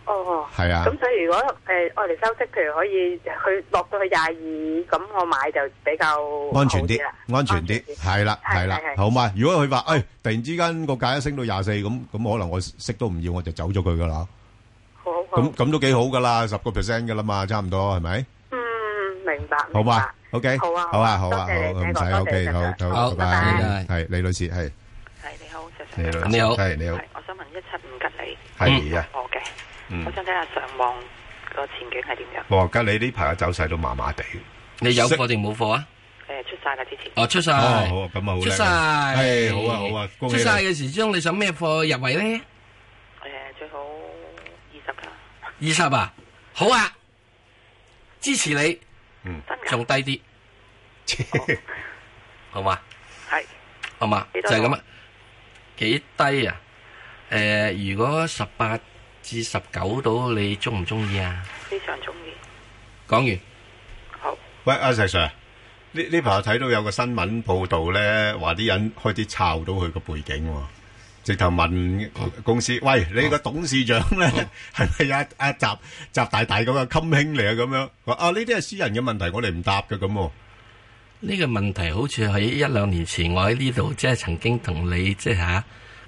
哦，
係啊
咁所以如果誒我嚟收息，譬如可以佢落到去廿二，咁我買就比較
安全
好
啲，
啦
安全啲，係啦，
係
係啦
係，係
好嘛？如果佢話，诶，突然之間個價一升到廿四，咁咁可能我息都唔要，我就走咗佢噶啦。
好好
咁咁都幾好噶啦，十個 percent 噶啦嘛，差唔多係咪？
Ừ,
嗯，明白，
dạ.
好
明
嘛
白
？OK，
好啊，
好啊，好啊，
多謝
好，
你
唔使
多謝你
，OK，好，
好
好，
拜拜
拜拜，係李女士，係
係你好，石
李女
Sir
士，
你好
係你好，
我想問一七五吉利
係啊，
我嘅，
嗯
我想睇下上網個前景係點樣？
哇，吉你呢排嘅走勢都麻麻地，
你有貨定冇貨啊？
誒出晒啦之前，
哦，出晒，
哦好啊咁啊好叻
出晒，
係好啊好啊恭喜
出
你
晒嘅時鐘，你想咩貨入圍咧？
誒最好二十啦，
二十啊，好啊，支持你，
嗯，
仲 低啲，好嘛？
係
好嘛？就係咁啊，幾低啊？诶，如果十八至十九到，你中唔中意啊？
非常中意。
講完。
喂，阿石 Sir，呢呢排我睇到有個新聞報導咧，話啲人開始抄到佢個背景喎，直頭問公司：，喂，你個董事長 咧係咪阿阿習習大大咁嘅襟兄嚟啊？咁樣話啊，呢啲係私人嘅問題，我哋唔答嘅咁喎。
呢個問題好似喺一兩年前，我喺呢度即係曾經同你即係吓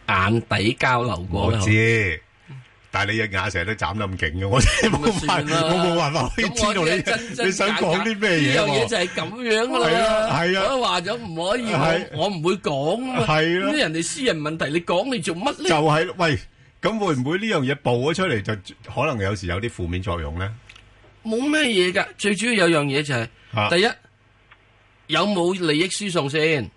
眼底交流過
我
啦。
知，但係你隻眼成日都斬得咁勁 嘅，我真係冇辦，
啦
我冇辦法可以
咁
知
我
道
真係真
你
真
你想
假假
講啲咩嘢
呢樣
喎
嘢就係咁樣噶啦。
係啊係啊
我都話咗唔可以，
係
我我唔會講啊嘛。
係啊
咁人哋私人問題，你講你做乜咧？
就係咯喂，咁會唔會呢樣嘢報咗出嚟，就可能有時有啲負面作用咧？
冇咩嘢噶，最主要有樣嘢就係、
啊
第一有冇利益輸送先。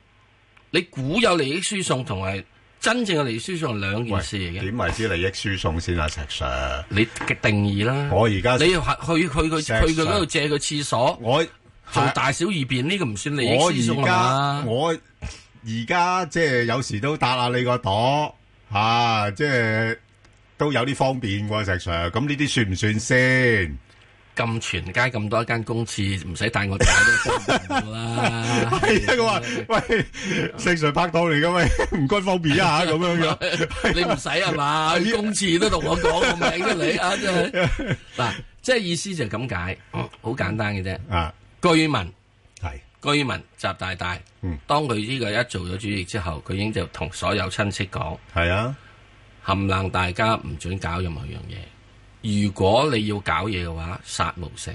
你估有利益輸送同埋真正嘅利益輸送係兩件事嚟嘅。
點為之利益輸送先啊，石 Sir？
你嘅定義啦。
我而家
你要去去佢佢
啊石 Sir
去佢嗰度借個廁所，
我
做大小二便呢個唔算利益
我
輸送
而
啦
家
嘛。
我而家即係有時都打下你個朵吓，啊即係都有啲方便喎，石 Sir。咁呢啲算唔算先？
咁全街咁多間公廁，唔使帶我哋都方便 啦。
係啊，佢話 喂，石 Sir 拍檔嚟噶喂，唔該方便一下啊咁樣樣。啊
你唔使係嘛？去公廁都同我講個名嘅你啊，真 係嗱，即係意思就係咁解，好簡單嘅啫。
啊，
居民
係
居民習大大，
嗯
當佢呢個一做咗主席之後，佢已經就同所有親戚講，
係啊，
冚冷大家唔准搞任何樣嘢。如果你要搞嘢嘅話，殺無赦。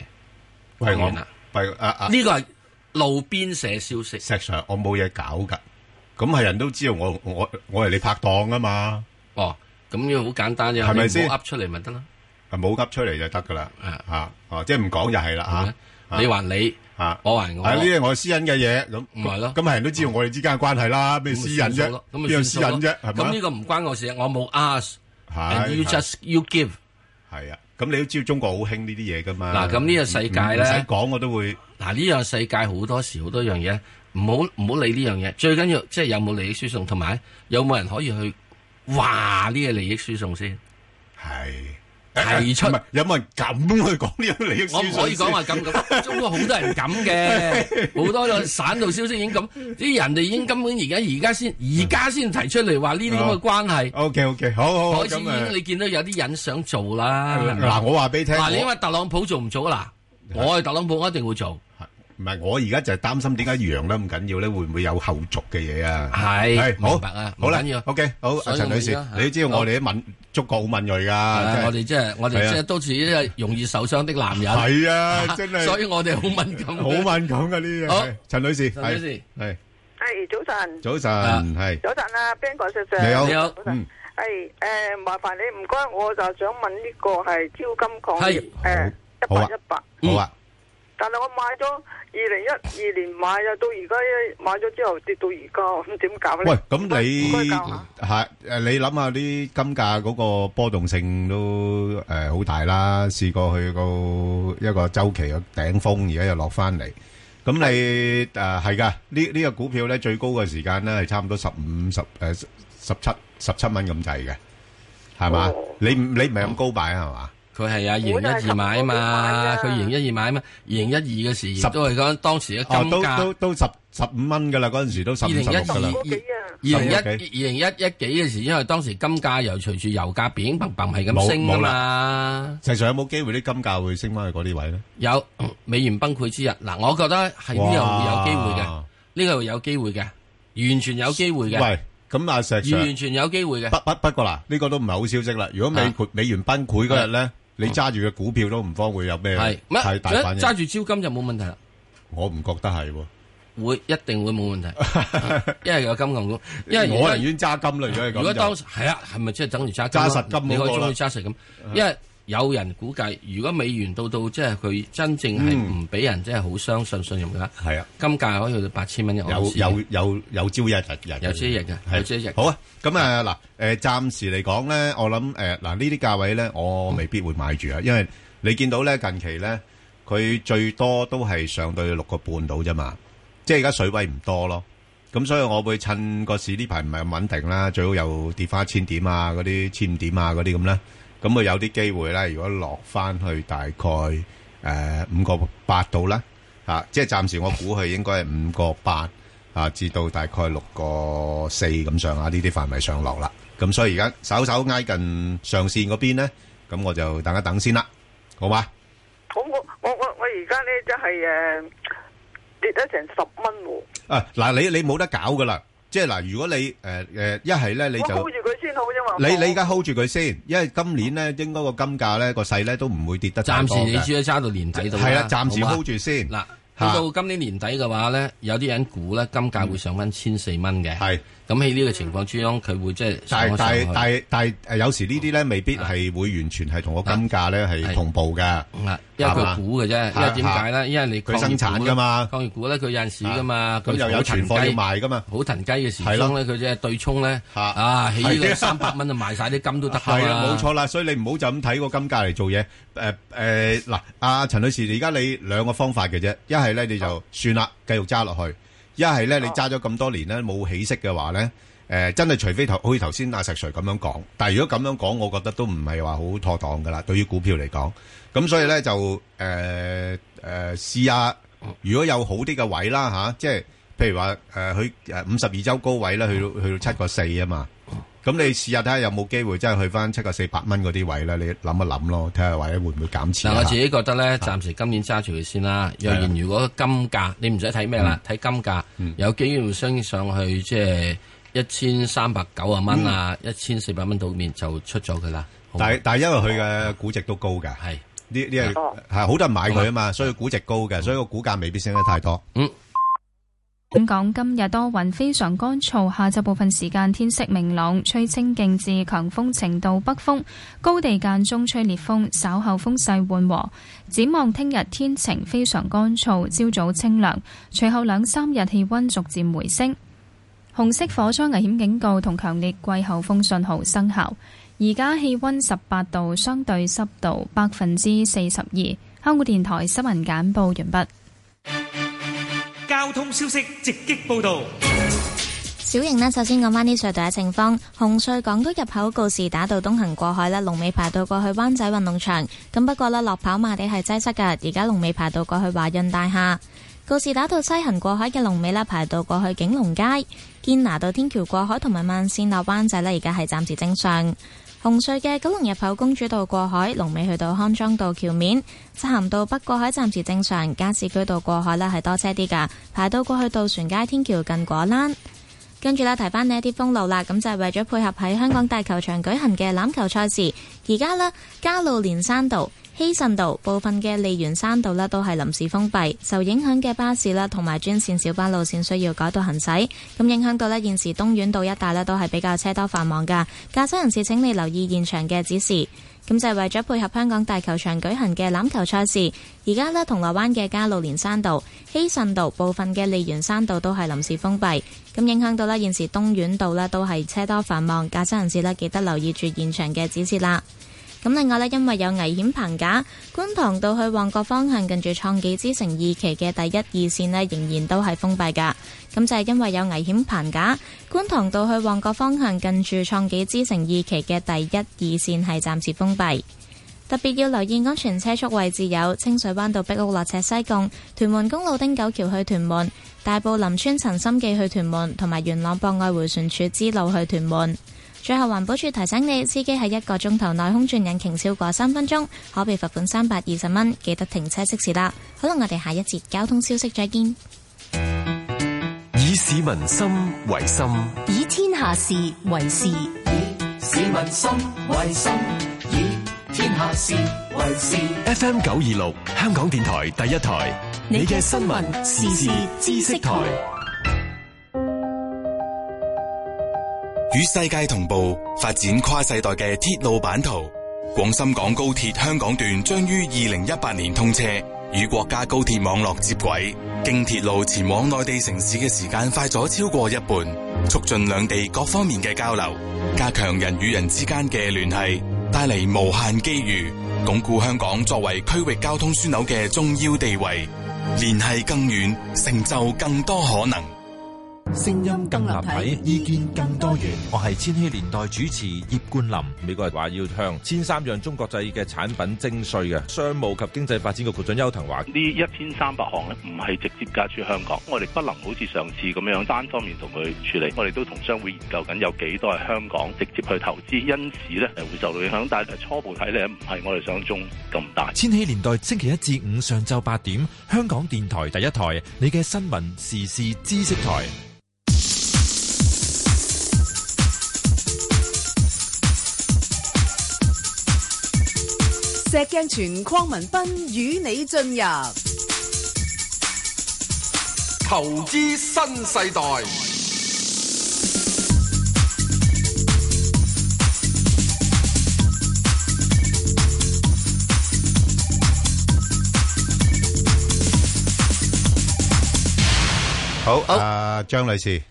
喂
講
我
完啦，
喂啊啊，
呢個係路邊社消息。
石 Sir，我冇嘢搞噶。咁係人都知道我我我係你拍檔啊嘛。
哦，咁要好簡單啫，
係咪先
你唔好噏出嚟咪得啦。
啊，冇噏出嚟就得噶啦。啊，哦，即係唔講就係啦嚇。
你還你，
啊，
我還我
啊，呢啲係我私隱嘅嘢，咁
唔係咯
咁係人都知道我哋之間嘅關係啦，咩私隱啫？
咁
邊
咪
有
算
私
數咯
隱啫？係咪
咁呢個唔關我事，我冇 ask。
係
and you
係
just you give。
係啊，咁你都知道中國好興呢啲嘢噶嘛？
嗱，咁呢個世界
唔唔
咧，
使講我都會。
嗱，呢個世界好多時好多樣嘢，唔好唔好理呢樣嘢，最緊要即係有冇利益輸送，同埋有冇人可以去話呢個利益輸送先。係提出，
有冇人咁去講呢樣利益輸
我
送
唔
先
可以講話咁咁，中國好多人咁 嘅，好多個散道消息已經咁，啲人哋已經根本而家而家先而家先提出嚟話呢啲咁嘅關係。
O K O K，好好好
開始已
咁啊
經你見到有啲人想做啦。係咪
嗱我話俾你聽
嗱，
我
你因為特朗普做唔做啊？嗱，我係特朗普，我一定會做。
唔係，我而家就係擔心點解揚得咁緊要咧，會唔會有後續嘅嘢啊？
係
係好
明白啊
好啦
唔緊要
，OK，好，
所
阿
以
陳
我
女
而
士
家，
你都知道我哋啲敏觸覺好敏鋭
啊
噶，
我哋即係我哋即係都似呢個容易受傷的男人。
係啊真係
所以我哋好敏感，
好敏感噶呢樣。
好
係陳女士，
陳女士
係
系哎早晨，
早晨，係
早晨啊，Ben 哥叔叔，
你好，
早晨
嗯，
系诶，誒呃麻煩你唔該，我就想問呢個係招金礦業诶一
好
百
啊
一百，
好啊，
但係我買咗二零一二年買啊，到而家買咗之後跌到而家，咁 點搞咧？
喂，咁你
唔該教下
係誒，你諗下啲金價嗰個波動性都誒好大啦，試過去到一個週期嘅頂峰，而家又落翻嚟。咁你誒係噶，呢呢個股票咧最高嘅時間咧係差唔多十五十誒十七十七蚊咁滯嘅，係嘛？你唔你唔係咁高買係嘛？
佢係啊，二零一二買啊嘛，佢二零一二買啊嘛，二零一二嘅時亦都係講當時嘅
哦，
金
都
價
都。都十十五蚊噶啦，嗰陣時都十
二
五十
零一
六
二
噶
二
啦。
零一二零一一幾嘅時，因為當時金價又隨住油價貶嘭嘭係咁
冇
升噶
冇
嘛，
實際上有冇機會啲金價會升翻去嗰啲位咧？
有嗯美元崩潰之日，嗱，我覺得係呢個會有機會嘅
哇，
呢個會有機會嘅，完全有機會嘅，
喂，咁阿石 Sir，
完全有機會 嘅。
不不不過嗱，呢個都唔係好消息啦。如果美匯美元崩潰嗰日咧，你揸住嘅股票都唔方會有咩
係咩
太大反應。
揸住招金就冇問題啦。
我唔覺得係喎，
會一定會冇 問題，因為有金牛股，因為
我寧願揸金啦。如果係咁就，
如果當時係啊，係咪即係等於揸
揸
金啊
實金
你
嗰
可以
個啦
中意揸實金，因為有人估計，如果美元到到即係佢真正係唔俾人即係好相信信任嘅，
嗯係啊，
金價可以去到八千蚊一盎
有
司
有有有朝一日日
有朝一日嘅
係
有朝一日嘅
好啊，咁啊嗱，誒暫時嚟講咧，我諗誒嗱呢啲價位咧，我未必會買住啊，因為你見到咧近期咧，佢最多都係上到六個半到啫嘛，即係而家水位唔多咯。咁所以我會趁個市呢排唔係咁穩定啦，最好又跌翻千點啊，嗰啲千五點啊嗰啲咁啦，咁佢有啲機會咧，如果落翻去大概誒五個八度啦，啊，即係暫時我估佢應該係五個八啊，至到大概六個四咁上下呢啲範圍上落啦。咁所以而家稍稍挨近上線嗰邊咧，咁我就等一等先啦，好嘛？
好我我我我而家咧即係呃诶跌咗成十蚊喎，
啊，嗱，你你冇得搞噶啦，即係嗱，如果你誒誒一係咧你
我
就
hold 住佢先好啫嘛。
你你而家 hold 住佢先，因為今年咧應該個金價咧個勢咧都唔會跌得啊太
暫
多
時
嘅。
你只可以揸到年底度
係啦暫時 hold 住先。
嗱，
嚇
到到今年年底嘅話咧，有啲人估咧金價會上翻千四蚊嘅。
係。
咁喺呢個情況之中，佢會即係
但係
上一上去
但係但係但係有時呢啲咧未必係會完全係同個金價咧係同步㗎。
因為
係嘛
佢估嘅啫，因為點解咧？因為你
佢生產㗎嘛，
礦業股咧佢有陣時㗎嘛，
咁
佢
又有存貨要賣㗎嘛，
好騰雞嘅時鐘
係咯
咧，佢即係對沖咧，啊起呢
係
個
啊
三百蚊就賣晒啲金都得㗎
係啦，啊
嘛
冇錯啦，所以你唔好就咁睇個金價嚟做嘢。誒誒，嗱，阿陳女士，而家你兩個方法嘅啫，一係咧你就算啦，繼續揸落去；一係咧你揸咗咁多年咧冇起色嘅話咧，誒真係除非頭好似頭先阿石 Sir 咁樣講，但係如果咁樣講，我覺得都唔係話好妥當噶啦，對於股票嚟講。咁所以咧就誒誒試下，如果有好啲嘅位啦吓，即係譬如話誒佢誒五十二周高位咧，去到去到七個四啊嘛。咁你試下睇下有冇機會真係去翻七個四百蚊嗰啲位咧？你諗一諗咯，睇下或者會唔會減持
嗱，
啊
我自己覺得咧，暫時今年揸住佢先啦。若
係
然
啊嗯
如果金價，你唔使睇咩啦，睇金價有機會升上去，即係一千三百九啊蚊啊，一千四百蚊到面就出咗佢啦。好
嗯但係但係因為佢嘅估值都高㗎，
係
呢呢係係好多人買佢啊嘛，所以估值高嘅，所以個股價未必升得太多。
嗯。
本港今日多雲，非常乾燥。下晝部分時間天色明朗，吹清勁至強風程度北風，高地間中吹烈風，稍後風勢緩和。展望聽日天晴，非常乾燥，朝早清涼。隨後兩三日氣温逐漸回升。紅色火災危險警告同強烈季候風信號生效。而家氣温十八度，相對濕度百分之四十二。香港電台新聞簡報完畢。
交通消息直擊報道。
小型呢，首先講翻啲隧道嘅情況。紅隧港島入口告士打道東行過海啦，龍尾排到過去灣仔運動場。咁不過呢，落跑馬地係擠塞㗎，而家龍尾排到過去華潤大廈。告士打道西行過海嘅龍尾呢，排到過去景隆街。堅拿道天橋過海同埋慢線落灣仔呢，而家係暫時正常。紅隧嘅九龍入口公主道過海，龍尾去到康莊道橋面；漆咸道北過海暫時正常，加士居道過海呢係多車啲㗎，排到過去渡船街天橋近果欄。跟住呢，提翻呢一啲封路啦，咁就係為咗配合喺香港大球場舉行嘅欖球賽事，而家呢，加路連山道、希慎道部分嘅利園山道呢都係臨時封閉，受影響嘅巴士啦同埋專線小巴路線需要改道行駛，咁影響到呢現時東苑道一帶呢都係比較車多繁忙㗎，駕駛人士請你留意現場嘅指示。咁就係為咗配合香港大球場舉行嘅欖球賽事，而家呢，銅鑼灣嘅加路連山道、希慎道部分嘅利園山道都係臨時封閉，咁影響到呢現時東苑道呢都係車多繁忙，駕駛人士呢記得留意住現場嘅指示啦。咁另外呢，因為有危險棚架，觀塘道去旺角方向近住創紀之城二期嘅第一二線呢，仍然都係封閉㗎。咁就係因為有危險棚架，觀塘道去旺角方向近住創紀之城二期嘅第一二線係暫時封閉。特別要留意安全車速位置有清水灣道壁屋落斜西貢、屯門公路汀九橋去屯門、大埔林村陳心記去屯門，同埋元朗博愛回旋處支路去屯門。最後，環保署提醒你，司機喺一個鐘頭內空轉引擎超過三分鐘，可被罰款三百二十蚊。記得停車熄匙啦。好啦，我哋下一節交通消息再見。
以市民心為心，
以天下事為事。
市民心為心，以天下事為事。
FM 九二六，香港電台第一台，你嘅新聞時事知識台。
與世界同步發展跨世代嘅鐵路版圖，廣深港高鐵香港段將於二零一八年通車，與國家高鐵網絡接軌。經鐵路前往內地城市嘅時間快咗超過一半，促進兩地各方面嘅交流，加強人與人之間嘅聯繫，帶嚟無限機遇，鞏固香港作為區域交通樞紐嘅重要地位。聯繫更遠，成就更多可能。
聲音更立體，意見更多元。
我係千禧年代主持葉冠霖。
美國人話要向千三樣中國製嘅產品徵稅嘅。商務及經濟發展局局長邱騰華：
呢一千三百項咧，唔係直接加諸香港，我哋不能好似上次咁樣單方面同佢處理。我哋都同商會研究緊有幾多係香港直接去投資，因此咧係會受到影響。但係初步睇咧，唔係我哋想像中咁大。
千禧年代星期一至五上晝八點，香港電台第一台，你嘅新聞時事知識台。
石鏡泉鄺民彬與你進入
投資新世代。
好，啊，張女士，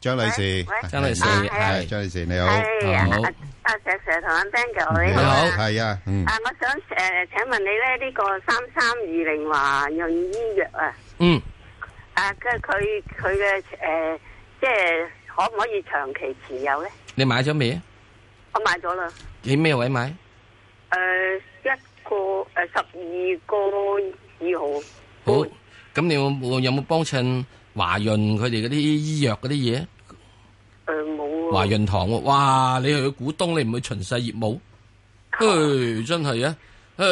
張女士，
喂
張女士
係
係
張女士你好，
係啊，
好
阿阿石 Sir 同阿 Ben 哥，
你
好
好，
啊
係啊，嗯
啊，我想誒請問你咧呢個三三二零華潤醫藥啊，
嗯，
啊佢佢佢嘅誒即係可唔可以長期持有咧？
你買咗未啊？
我買咗啦，
你咩位買？
呃
誒一個誒十二個二號。
好，
嗯
咁你有冇有冇幫襯華潤佢哋嗰啲醫藥嗰啲嘢？
誒冇啊
華潤堂喎，哇！你係佢股東，你唔去巡視業務，唉，真係啊，唉，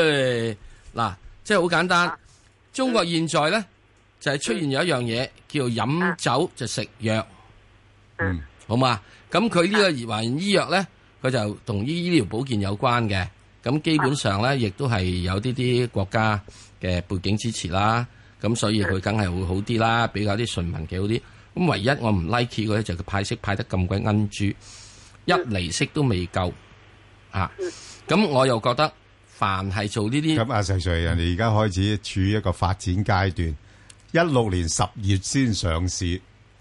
嗱，即係好簡單。中國現在咧就係出
嗯
現有一樣嘢叫飲酒就食藥，
嗯，
好嘛？咁佢呢個華潤醫藥咧，佢就同醫療保健有關嘅。咁基本上咧，亦都係有啲啲國家嘅背景支持啦。咁所以佢梗係會好啲啦，比較啲順民嘅好啲。咁唯一我唔 like 佢咧就佢派息派得咁鬼奀豬，一利息都未夠啊！咁我又覺得凡係做呢啲
咁啊，石 Sir，人哋而家開始處於一個發展階段，一六年十月先上市，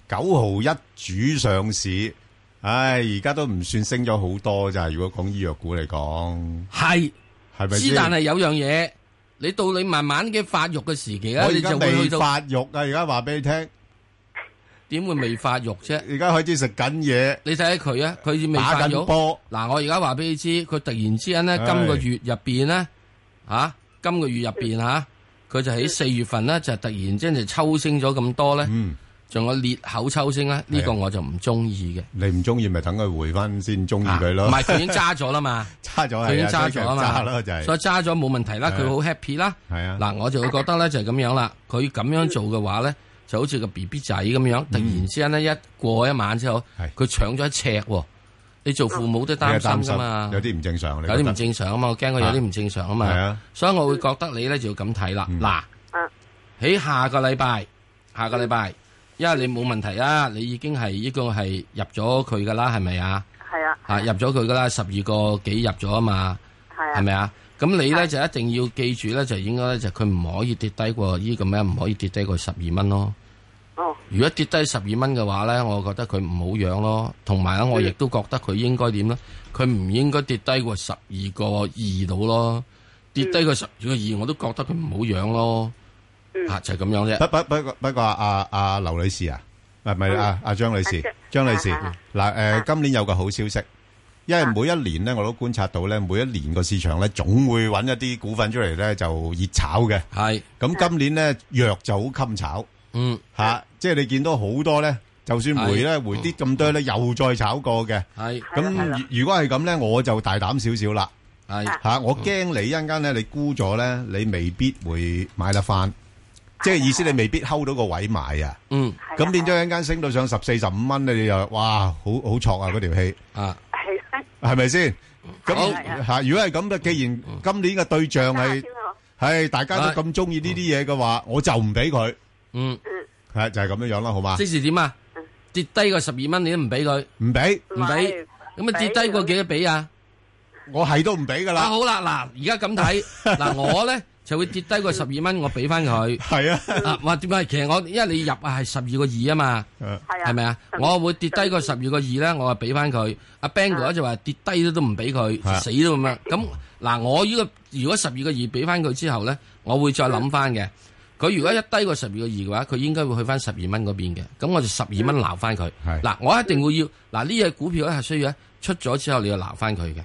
九毫一主上市，唉，而家都唔算升咗好多咋。如果講醫藥股嚟講，
係
係咪
之
先？
但係有樣嘢，你到你慢慢嘅發育嘅時期咧，
我而
你
家
就會
未
去到
發育啊！而家話俾你聽，
點會未發育啫？
而家開始食緊嘢。
你睇下佢啊，佢未發
打
育
緊波。
嗱，我而家話俾你知，佢突然之間咧，
唉
今個月入邊咧，啊，今個月入邊吓，佢就喺
嗯
四月份咧，就突然之間就抽升咗咁多咧，
嗯
仲有裂口抽升咧，
啊
呢個我就唔中意嘅。啊
你唔中意咪等佢回翻先中意佢咯。
唔係佢已經 揸咗啦嘛，
揸咗係啊
佢已經揸咗啊
揸咯
嘛，
就係
所以揸咗冇問題
係
啦，
啊
佢好 happy 啦。
係啊
嗱，我就會覺得咧就係咁樣啦，佢咁樣做嘅話咧，就好似個 B B 仔咁樣，
嗯
突然之間咧一過一晚之後，佢搶咗一尺喎，你做父母都擔心噶嘛，
啊有啲唔正常，你
有
覺
啲
得
唔正常啊嘛，我驚佢有啲唔正常啊
係
嘛
啊，嗯
所以我會覺得你咧就要咁睇啦。嗱，喺下個禮拜，下個禮
嗯
拜，因為你冇問題啊，你已經係呢個係入咗佢噶啦，係咪啊？
係啊，
啊，入咗佢噶啦，十二個幾入咗啊嘛，
係啊，
係咪啊？咁你咧就一定要記住咧，就應該咧就佢唔可以跌低過呢個咩，唔可以跌低過十二蚊咯。
哦，
如果跌低十二蚊嘅話咧，我覺得佢唔好養咯。同埋咧，我亦都覺得佢應該點咧？佢唔應該跌低過十二個二度咯。跌低過十二個二，我都覺得佢唔好養咯。啊，就係咁樣啫。
不不不不過阿阿劉女士啊，唔係唔係
嗯
阿阿張女士
啊，
張女士
啊啊
嗱誒，今年有個好消息，因為每一年咧我都觀察到咧，每一年個市場咧總會揾一啲股份出嚟咧就熱炒嘅，
係
咁今年咧藥就好襟炒，
嗯
嚇，即係你見到好多咧，就算回咧
係
回啲咁多咧，又再炒過嘅。
係
咁如如果係咁咧，我就大膽少少啦。
係
嚇，我驚你一陣間咧，你沽咗咧，你未必會買得翻。即係意思你未必睺到個位買啊。
嗯。
咁變咗一陣間升到上十四十五蚊，你又哇好好挫啊嗰條氣。
啊。
係咪先？咁
好
嚇，如果係咁嘅，既然今年嘅對象係係大家都咁中意呢啲嘢嘅話，我就唔俾佢。
嗯。
係就係咁樣樣啦，好嘛？
即時點啊？跌低過十二蚊，你都唔俾佢？
唔俾，
唔俾。咁啊，跌低過幾多俾啊？
我係都唔俾噶
啦。啊好啦，嗱，而家 咁睇，嗱，我咧就會跌低過十二蚊，我俾翻佢。
係啊。
啊，話點解？其實我因為你入啊係十二個二啊嘛，
係
啊，係咪啊？我會跌低過十二個二咧，我啊俾翻佢。阿 Bang 哥就話跌低都都唔俾佢，
係啊
死都咁樣。咁嗱，我呢個如果十二個二俾翻佢之後咧，我會再諗翻嘅。佢如果一低過十二個二嘅話，佢應該會去翻十二蚊嗰邊嘅。咁我就十二蚊鬧翻佢。嗱，我一定會要嗱呢隻股票咧係需要咧出咗之後你要鬧翻佢嘅。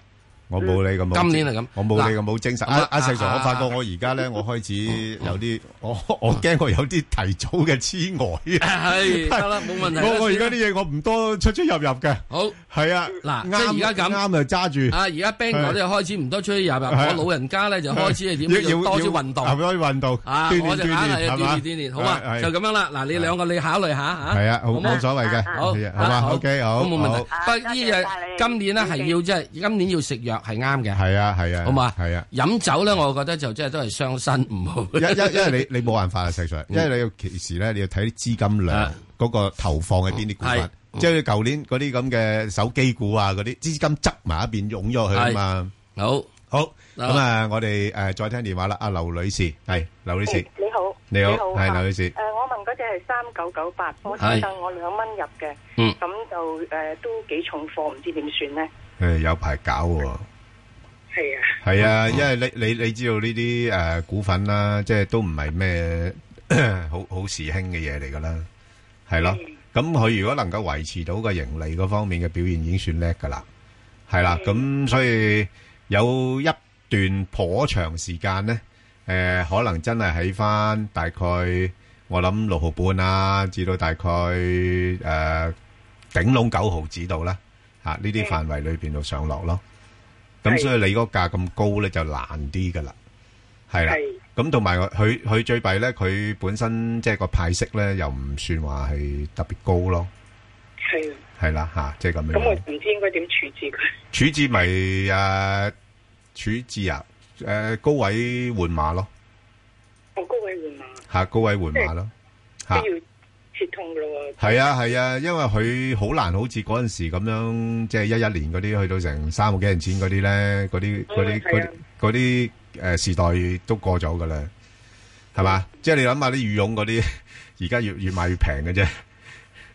我冇你咁好，
今年係咁
我冇你
嗱
咁好精神。
咁
阿
啊
阿石 Sir，
啊
我發覺我而家咧，我開始有啲，我我驚我有啲提早嘅痴呆啊。
係得啦冇問題啦
我我而家啲嘢我唔多出出入入嘅。
好
係啊，
嗱
啱
即係而家咁
啱就揸住。
啊，而家 Bang 哥咧開始唔多出去入入，
係啊
我老人家咧就開始係點
要
咧就多啲運動
要。多啲運動，
啊，
鍛鍊
我
鍛
就硬
鍊係
係鍛
嘛
煉鍛煉，好啊，就咁樣啦。嗱，你兩個你考慮下嚇。
係啊好
嘛
冇所謂嘅
好
係啊，
啊
好嘛，OK，好
咁冇問題。
好
不過呢樣今年呢係要即係今年要食藥係啱嘅。
係啊，係啊，
好嘛，
係啊。
飲酒咧，我覺得就即係都係傷身唔好。
因因因為你你冇辦法啊，石 Sir，因為你要其時咧，你要睇啲資金量嗰個投放喺邊啲股份
係，
即係舊年嗰啲咁嘅手機股啊，嗰啲資金側埋一邊湧咗去啊嘛。
好，
好，咁啊，我哋誒再聽電話啦，阿劉女士係劉女士
誒，嗯你好，
你好係
啊
劉女士
誒，我問嗰只係三九九八，我
係
先生我兩蚊入嘅，
嗯
咁就誒都幾重貨，唔知點算咧？
誒有排搞喎。
係啊，
係啊，因為你你你知道呢啲誒股份啦，即係都唔係咩 好好時興嘅嘢嚟噶啦，係咯。咁佢如果能夠維持到個盈利嗰方面嘅表現，已經算叻噶啦，係啦。咁所以有一段頗長時間呢，誒、可能真係喺翻大概我諗六毫半啊，至到大概誒、頂籠九毫子度啦，嚇呢啲範圍裏邊度上落咯。咁
係
所以你嗰價咁高咧就難啲噶啦，係啦
係。
咁同埋佢佢最弊咧，佢本身即係個派息咧又唔算話係特別高咯，
係啊，
係啦吓，即係咁
咁我
樣。
唔知應該點處置佢。
處置咪誒啊處置啊誒高位換馬咯，
我高位換碼，
吓高位換馬咯，吓
都要切通噶咯喎。
係啊係啊，因為佢好難好似嗰阵时咁樣，即係一一年嗰啲去到成三個幾人錢嗰啲咧，嗰啲嗰
係
啲嗰啲
啊
嗰啲诶時代都過咗噶啦，係
嗯
嘛？即係你諗下啲羽絨嗰啲， 而家越越賣越平嘅啫。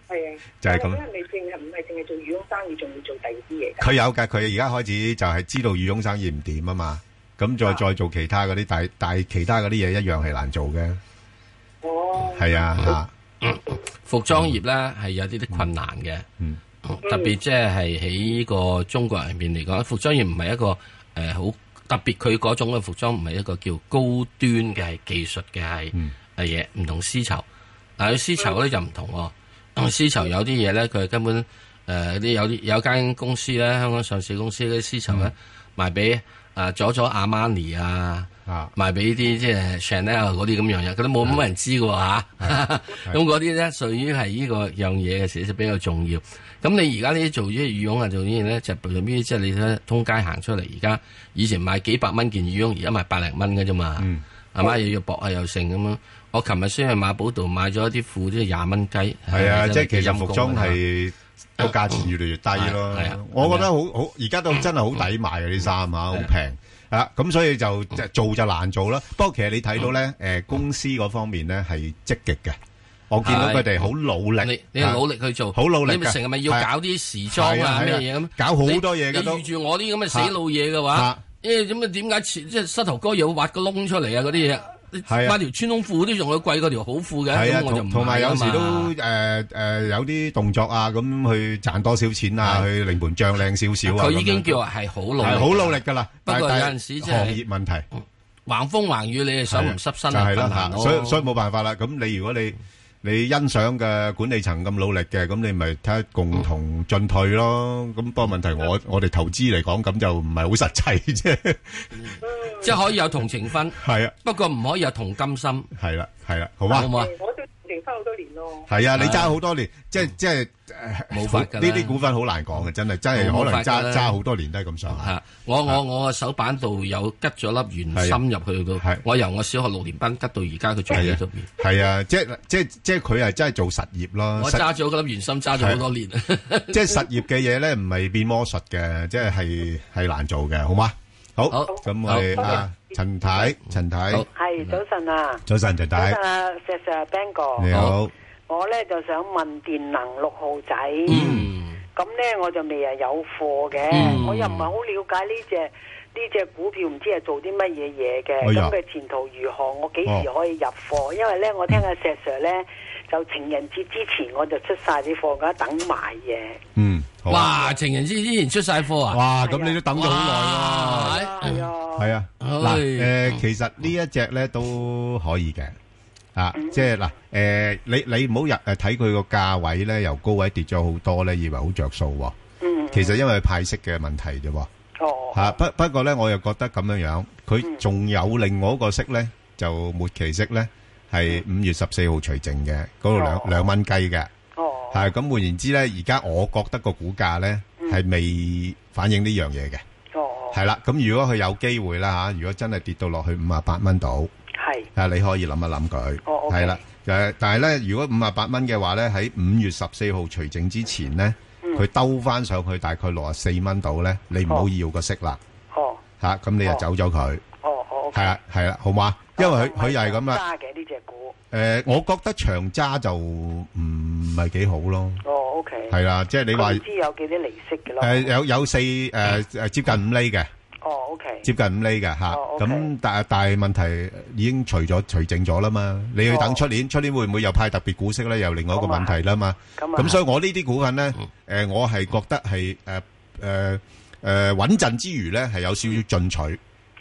係啊，
就係咁
但因為你淨係唔係淨係做羽絨生意，仲要做第二啲嘢㗎。
佢有㗎，佢而家開始就係知道羽絨生意唔掂啊嘛，咁再再做其他嗰啲，但係但係其他嗰啲嘢一樣係難做嘅。
哦，
係啊嚇。
嗯
嗯
服裝業咧係有啲啲困難嘅，特別即係喺呢個中國人入邊嚟講，服裝業唔係一個誒好、特別，佢嗰種嘅服裝唔係一個叫高端嘅係技術嘅係
嗯
嘅嘢，唔同絲綢。但係絲綢咧就唔同喎、嗯
嗯
絲綢有啲嘢咧佢根本誒啲、有啲有間公司咧，香港上市公司嗰啲絲綢咧、
嗯
賣俾誒佐佐亞瑪尼啊。賣俾啲即係 Chanel 啊嗰啲咁樣嘢，佢都冇乜人知嘅喎嚇。 咁嗰啲咧屬於係呢個樣嘢嘅時就比較重要。咁你而家呢啲做呢啲羽絨啊，做呢啲嘢咧，就屬於即係你咧通街行出嚟，而家以前賣幾百蚊件羽絨，而家賣百零蚊嘅啫嘛，
嗯
係嘛？又要薄啊又剩咁樣。我琴日先去馬寶度買咗一啲褲，即係廿蚊雞。
係 啊，
真
即係其
幾
實
陰
服
功
裝
啊
係個價錢越嚟越低咯
係啊。
我覺得好好，而家都真係好抵買啊！啲衫啊，好平啊，咁所以就即係做就難做啦。不過其實你睇到咧，誒公司嗰方面咧係積極嘅，我見到佢哋好努力，
你係努力去做，
啊好努力
你咪
㗎啊
成日咪要搞啲時裝
係
啊
係
咩嘢咁，
搞好多嘢
你
嘅都
你預住我啲咁嘅死老嘢嘅話，誒咁啊點解前即係膝頭哥又要挖個窿出嚟啊嗰啲嘢？你
係啊
買條穿窿褲都仲要貴過條好褲嘅，
係啊，
咁我就唔
同-同埋有時
買啊嘛
都，誒，誒，有啲動作啊，咁去賺多少錢啊，去令盤帳靚少少啊，
佢已
咁樣。
經叫係好努力。
係，好努力㗎啦，
不
但
過
係-
有陣時即係
行業問題。
橫風橫雨你係手唔濕身係
係啊，就係啦，
困難咯。
嚇，所以-所以冇辦法啦，咁你如果你-你欣賞嘅管理層咁努力嘅，咁你咪睇下共同進退咯，咁不過問題我- 我哋投資嚟講，咁就唔係好實際啫。
即係可以有同情分，不過唔可以有同金心。
啊係啦，係啦，好啊。
好唔好啊？
我都停翻好多年咯。
系啊，你揸好多年，即系即系
嗯冇法㗎啦
呢啲股份好難講嘅，真係真係可能揸
冇法㗎啦
揸好多年都係咁上下。
我我我個手板度有吉咗粒圓心入去到，我由我小學六年班吉到而家佢仲喺度。
係啊，即係即係即係佢係真係做實業咯。
我
實
揸咗嗰粒圓心揸咗好多年。
即係實業嘅嘢咧，唔係變魔術嘅，即係係係難做嘅，好嗎？好，咁我哋
好
啊，陳太，陳太，
系早晨啊，
早晨，陳
早
太
晨，啊，石 Sir Ben 哥，
你好。
我咧就想問電能六號仔，咁咧我就未係啊有貨嘅，我又唔係好了解呢只呢只股票，唔知係做啲乜嘢嘢嘅，
哎呀
咁嘅前途如何？我幾時
哦
可以入貨？因為咧我聽阿石 Sir 咧就情人節之前我就出晒啲貨，而家等埋嘅。
嗯，
哇！情人之之前出晒貨啊！
哇！咁你都等咗好
耐喎。
係啊，嗱，诶，其實呢一隻咧都可以嘅，啊，即係嗱，诶，你你唔好入诶睇佢個價位咧，由高位跌咗好多咧，以為好着數喎。嗯，其實因為派息嘅問題啫喎。
哦。
吓，不不過咧，我又覺得咁樣樣，佢仲有另外一個息咧，就末期息咧係五月十四號除淨嘅，嗰度兩两蚊雞嘅。
哦。
系咁，換言之咧，而家我覺得個股價咧係未反映呢樣嘢嘅。
哦，
系啦，咁如果佢有機會啦吓，如果真係跌到落去五啊八蚊度，
係
啊你可以諗一諗佢，
哦，OK
係啦，誒但係咧，如果五啊八蚊嘅話咧，喺五月十四號除證之前咧，佢兜翻上去大概六啊四蚊度咧，你唔好要個息啦，
哦，
吓咁你就走咗佢，
哦，哦，
係啦係啦，好嘛？因為佢佢又係咁啦，
揸嘅呢只股，
誒，我覺得長揸就唔係幾好咯，
哦，OK，
係啦，即係你話
佢唔知有幾多利息嘅咯，
誒有有四誒誒接近五厘嘅。
哦，OK，
接近五厘嘅吓，
哦，OK
咁但但係問題已經除咗除淨咗啦嘛，你要等出年，出年會唔會又派特別股息咧？又另外一個問題啦嘛。
哦咁啊
咁所以我呢啲股份咧，誒我係覺得係誒誒誒穩陣之餘咧，係有少少進取。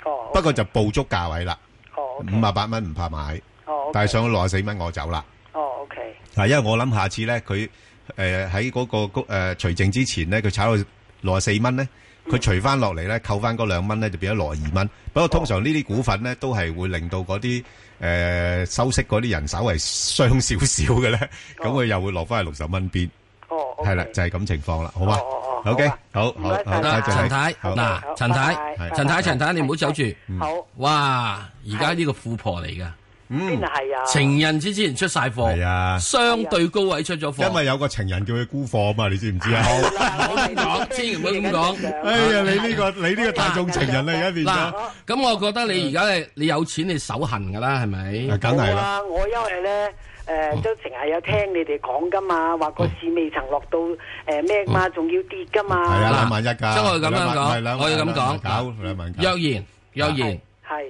哦，
不過就捕捉價位啦。
哦
五啊八蚊唔怕買，
哦，OK
但係上到六啊四蚊我走啦。
哦，OK，
嗱，因為我諗下次咧，佢誒喺嗰個高誒除淨之前咧，佢炒到六十四蚊咧，佢除翻落嚟咧，扣翻嗰兩蚊咧，就變咗六十二蚊。不過通常呢啲股份咧，都係會令到嗰啲誒收息嗰啲人稍為傷少少嘅咧，咁佢又會落翻去六十蚊邊。
哦，
係啦，就係咁情況啦，好嘛
哦
哦
？OK，
好
好
啊
好
唔該
好，
晒
多謝你
陳太
好
嗱
好
陳太
拜拜
陳太
拜拜
陳太你唔好走住
嗯
好
哇！而家呢個富婆嚟噶，
邊度係啊？
情人節之前出晒貨，
係啊
相對高位出咗貨。
因為有個情人叫佢沽貨啊嘛，你知唔知啊？
講千祈唔好咁講。
哎呀，你呢個你呢個大眾情人啊，而家變
嗱
咗。，
咁我覺得你而家係你有錢你手痕㗎啦，係咪？
梗
冇啊！我因為咧。誒、都成日有聽你哋講噶嘛，話個市未曾落到誒咩嘛，仲要跌噶嘛。
係啊，
嗱
兩萬一㗎，
即係我要咁
兩萬-
樣講，
係，兩萬-
我要咁
兩萬
講。
九，兩萬九。
若然若然
係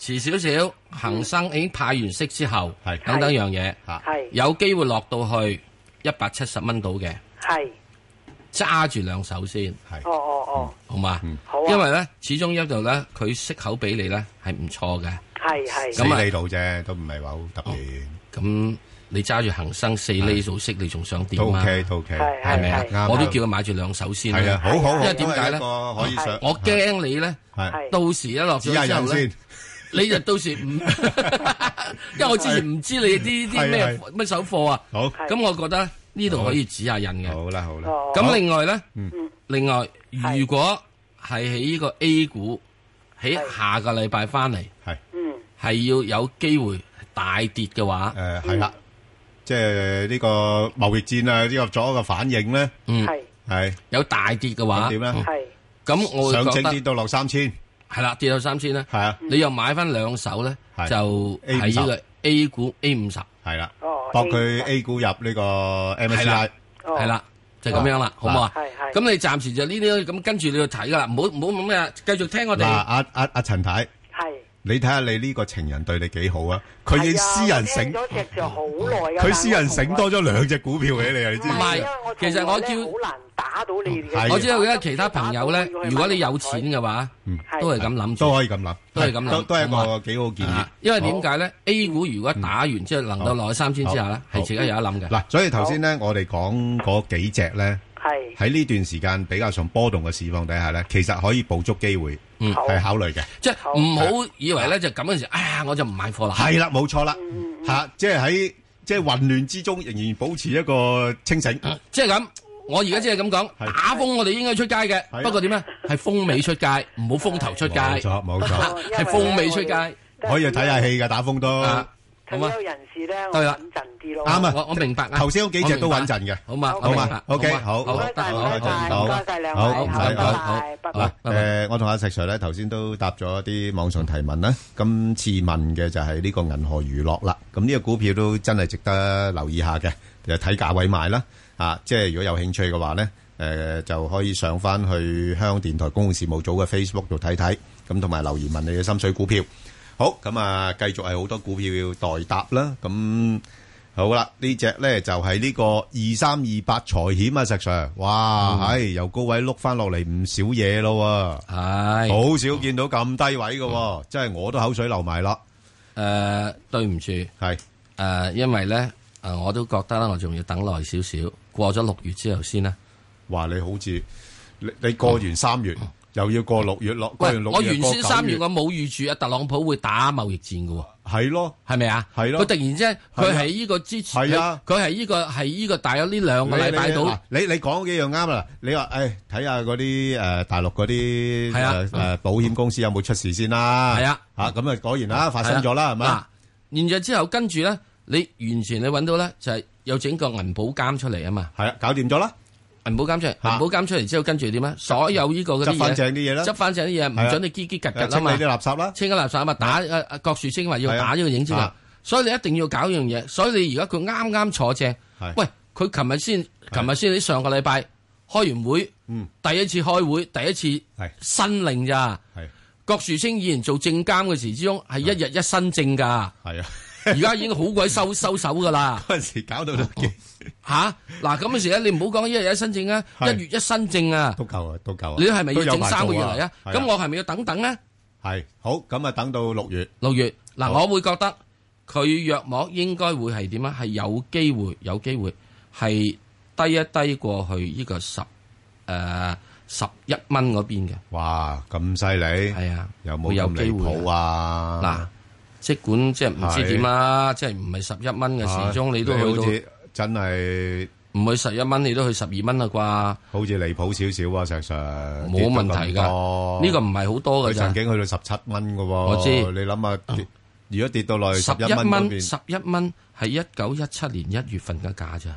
遲少少，恒生已經派完息之後，等等樣嘢，
係
有機會落到去一百七十蚊度嘅，
係，
揸住兩手先，
哦哦哦，
好嘛？
嗯
好啊
因為咧，始終一度咧，佢息口俾你咧係唔錯嘅。啊哦
係係。
死你度啫，都唔係話好特別。
咁你揸住恒生四厘數息，你仲想點啊
都 OK，都 OK 係
係咪
係啱
啊
啱？
我都叫佢買住兩手先啦
係啊好好好
因為點
都係
解
一
咧？
個可以上
我驚你咧
係，
到時一落咗之後
指下
咧
人。
你就到時唔， 因為我之前唔知你啲啲咩
係係
咩手貨啊。
好
咁我覺得呢度可以指下印嘅。
好啦，好啦
哦
咁另外咧
嗯，
另外如果係喺呢個 A 股喺下個禮拜翻嚟，
係
嗯
係要有機會大跌嘅話，
誒係啦，即係呢個貿易戰啊，呢個作一個反應呢，係。咁點呢？
咁我會覺得
上證跌到落3000
係啦，跌到三千啦，
係啊，
你又買翻兩手咧，
係
就
A
喺呢
50
個 A 股 A 五十，
係啦，搏佢 A 股入呢個 MSCI
係啦，係啦，就咁樣啦，
啊
好唔好啊
係？
咁你暫時就呢啲咁跟住你要睇噶啦，唔好唔好咁咩，繼續聽我哋。
嗱，阿-阿-阿陳太，你睇下你呢個情人對你幾好啊，佢已經私人醒-
咗只就好耐啊。
佢私人醒多咗兩隻股票俾你啊，你知唔知？
唔係，其實我叫
好難打到你哋
係啊
我知道而家其他朋友咧，如果你有錢嘅話，都係咁諗住，都
可以咁諗，
都係咁
都
諗，
都係一
好嘛
個幾好建議。
因為點解咧？A 股如果打完之後能夠落去三千之下咧，
好
係自己有得諗嘅。
嗱，所以頭先咧，我哋講嗰幾隻咧，
係
喺呢段時間比較上波動嘅市況底下咧，其實可以捕捉機會，
嗯
係考慮嘅。
即係唔好以為咧就咁嗰陣時，哎呀我就唔買貨啦。
係啦，冇錯啦，吓，即係喺即係混亂之中，仍然保持一個清醒。
即係咁，我而家即係咁講，打風我哋應該出街嘅，不過點咧？係風尾出街，唔好風頭出街。
冇錯冇錯
係風尾出街。
可以睇下戲㗎，打風都
退休人士咧，我
對啦
穩陣啲咯。
啱啊！
我明白啊
頭先嗰幾隻都
我
穩
明白
陣嘅，
好嘛
好
我明
嘛
白
，OK，
好嘛
好，
好唔該晒
好
唔該晒
好
唔該晒兩位
好唔
好
使
拜拜
好
拜拜
嗱誒，我同阿石 Sir 咧頭先都答咗一啲網上提問啦。今次問嘅就係呢個銀河娛樂啦。咁呢個股票都真係值得留意下嘅，就睇價位買啦。啊，即係如果有興趣嘅話咧，誒就可以上翻去香港電台公共事務組嘅 Facebook 度睇睇，咁同埋留言問你嘅心水股票。好，咁啊，繼續係好多股票要代答啦。咁好啦，呢只咧就係呢個二三二八財險啊，石 Sir，哇，
嗯
唉、由高位碌翻落嚟唔少嘢咯
喎，係
好少見到咁低位嘅喎，真係我都口水流埋啦。
誒、對唔住，
係
誒，因為咧，誒、我都覺得啦，我仲要等耐少少，過咗六月之後先啦。
哇，你好似你你過完三月，又要過六月落，過
喂
完，六
我
月
原先
過九
三月我冇預住啊，特朗普會打貿易戰嘅喎。
係咯，
係咪啊？
係咯
佢突然之間，佢喺呢個之前，
係啊
佢佢係呢個係呢個大約呢兩個禮拜
你-你-
到。
嗱，你-你講嗰幾樣啱啦。你話，唉，睇下嗰啲，誒，大陸嗰啲，
係啊。
誒，誒，保險公司有冇出事先啦。
係啊。
嚇，咁啊，果然啦，發生咗啦，係咪？
嗱，然之後之後跟住咧，你完全你揾到咧，就係有整個銀保監出嚟啊嘛。
係啊，搞掂咗啦。
銀保監出嚟，銀保監出嚟之後，跟住點咧？所有呢個嗰啲嘢
執返正啲嘢啦
執翻正啲嘢，唔
係啊
準你叽叽格格啦嘛。
誒，清理啲垃圾啦。
清咗垃圾啊嘛，打誒誒郭樹清話要
係啊
打呢個影子啊，所以你一定要搞一樣嘢。所以你而家佢啱啱坐正，喂，佢琴日先，琴日先，你上個禮拜開完會，第一次開會，第一次新令咋，郭樹清以前做證監嘅時之中係一日一新證㗎，
係啊，
而家已經好 鬼收收手㗎啦。
嗰陣時搞到都幾
嚇嗱咁嘅時咧，你唔好講一日一新證啊，
係
一月一新證啊，
都夠啊，都夠啊。
你係咪要
都有
整
排
三個月
做啊，
嚟啊？
係啊。
咁我係咪要等等咧？
係，好，咁啊，等到六月。
嗱，我會覺得佢約莫應該會係點啊？係有機會，有機會係低一低過去呢個十誒十一蚊嗰邊嘅。
哇，咁犀利。有冇
會有
咁
機會
離譜啊？
嗱，即管即係唔知點啦，即係唔係十一蚊嘅時鐘，
係
你都
啊你好
去
似
到
真係
唔去十一蚊，你都去十二蚊啦啩？
好似離譜少少啊，石 Sir。
冇問
跌得咁
題㗎
多。
呢個唔係好多㗎
佢
咋
曾經去到17蚊㗎喎。
我知
你諗下，跌-如果跌到落去
十
11
一
蚊嗰邊
蚊，十一蚊係一九一七年一月份嘅價啊咋。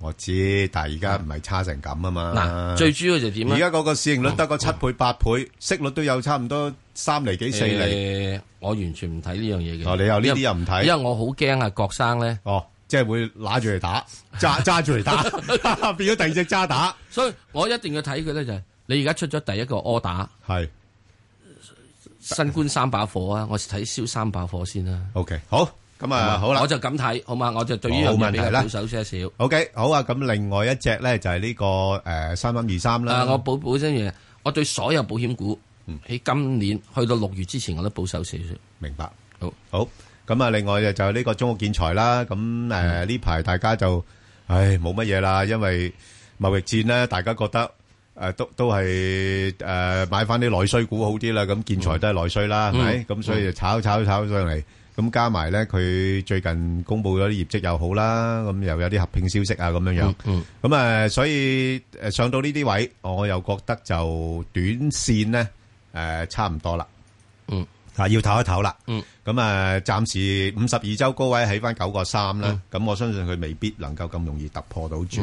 我知，但係而家唔係差成咁啊嘛。
嗱最主要就點啊哦
而家嗰個市盈率得個七倍八倍，息率都有差唔多三厘幾四厘。
我完全唔睇呢樣嘢嘅。
哦，你又呢啲
因
又唔睇，
因為我好驚啊，郭生咧。
哦，即係會揦住嚟打，揸揸住嚟打， 變咗第二隻渣打。
所以我一定要睇佢咧，就係你而家出咗第一個 order，
係
新官三把火啊！我睇燒 三把火先啦。
OK，好咁啊，好啦哦
我。就咁睇，好嘛？我就對呢
冇
樣
問
嘢比
題
較
啦
保守些少。
OK，好啊，咁另外一隻呢，就係呢個，誒，3323啦。
啊，我保保真嘢，我對所有保險股喺今年去到六月之前，我都保守少少。
明白。
好。
好，咁啊，另外就係呢個中國建材啦，咁，誒，呢排大家就，唉，冇乜嘢啦，因為貿易戰呢，大家覺得，誒，都-都係，誒，買返啲內需股好啲啦，咁建材都係內需啦，
嗯。
係咪？
嗯。
咁所以就
嗯。
炒炒炒上嚟，咁加埋咧，佢最近公布咗啲業績又好啦，咁又有啲合併消息啊，咁樣樣。
嗯
咁啊，所以誒上到呢啲位，我又覺得就短線咧誒差唔多啦。
嗯，
啊要唞一唞啦。
嗯，
咁啊，暫時五十二周高位喺翻九個三啦。咁我相信佢未必能夠咁容易突破到住。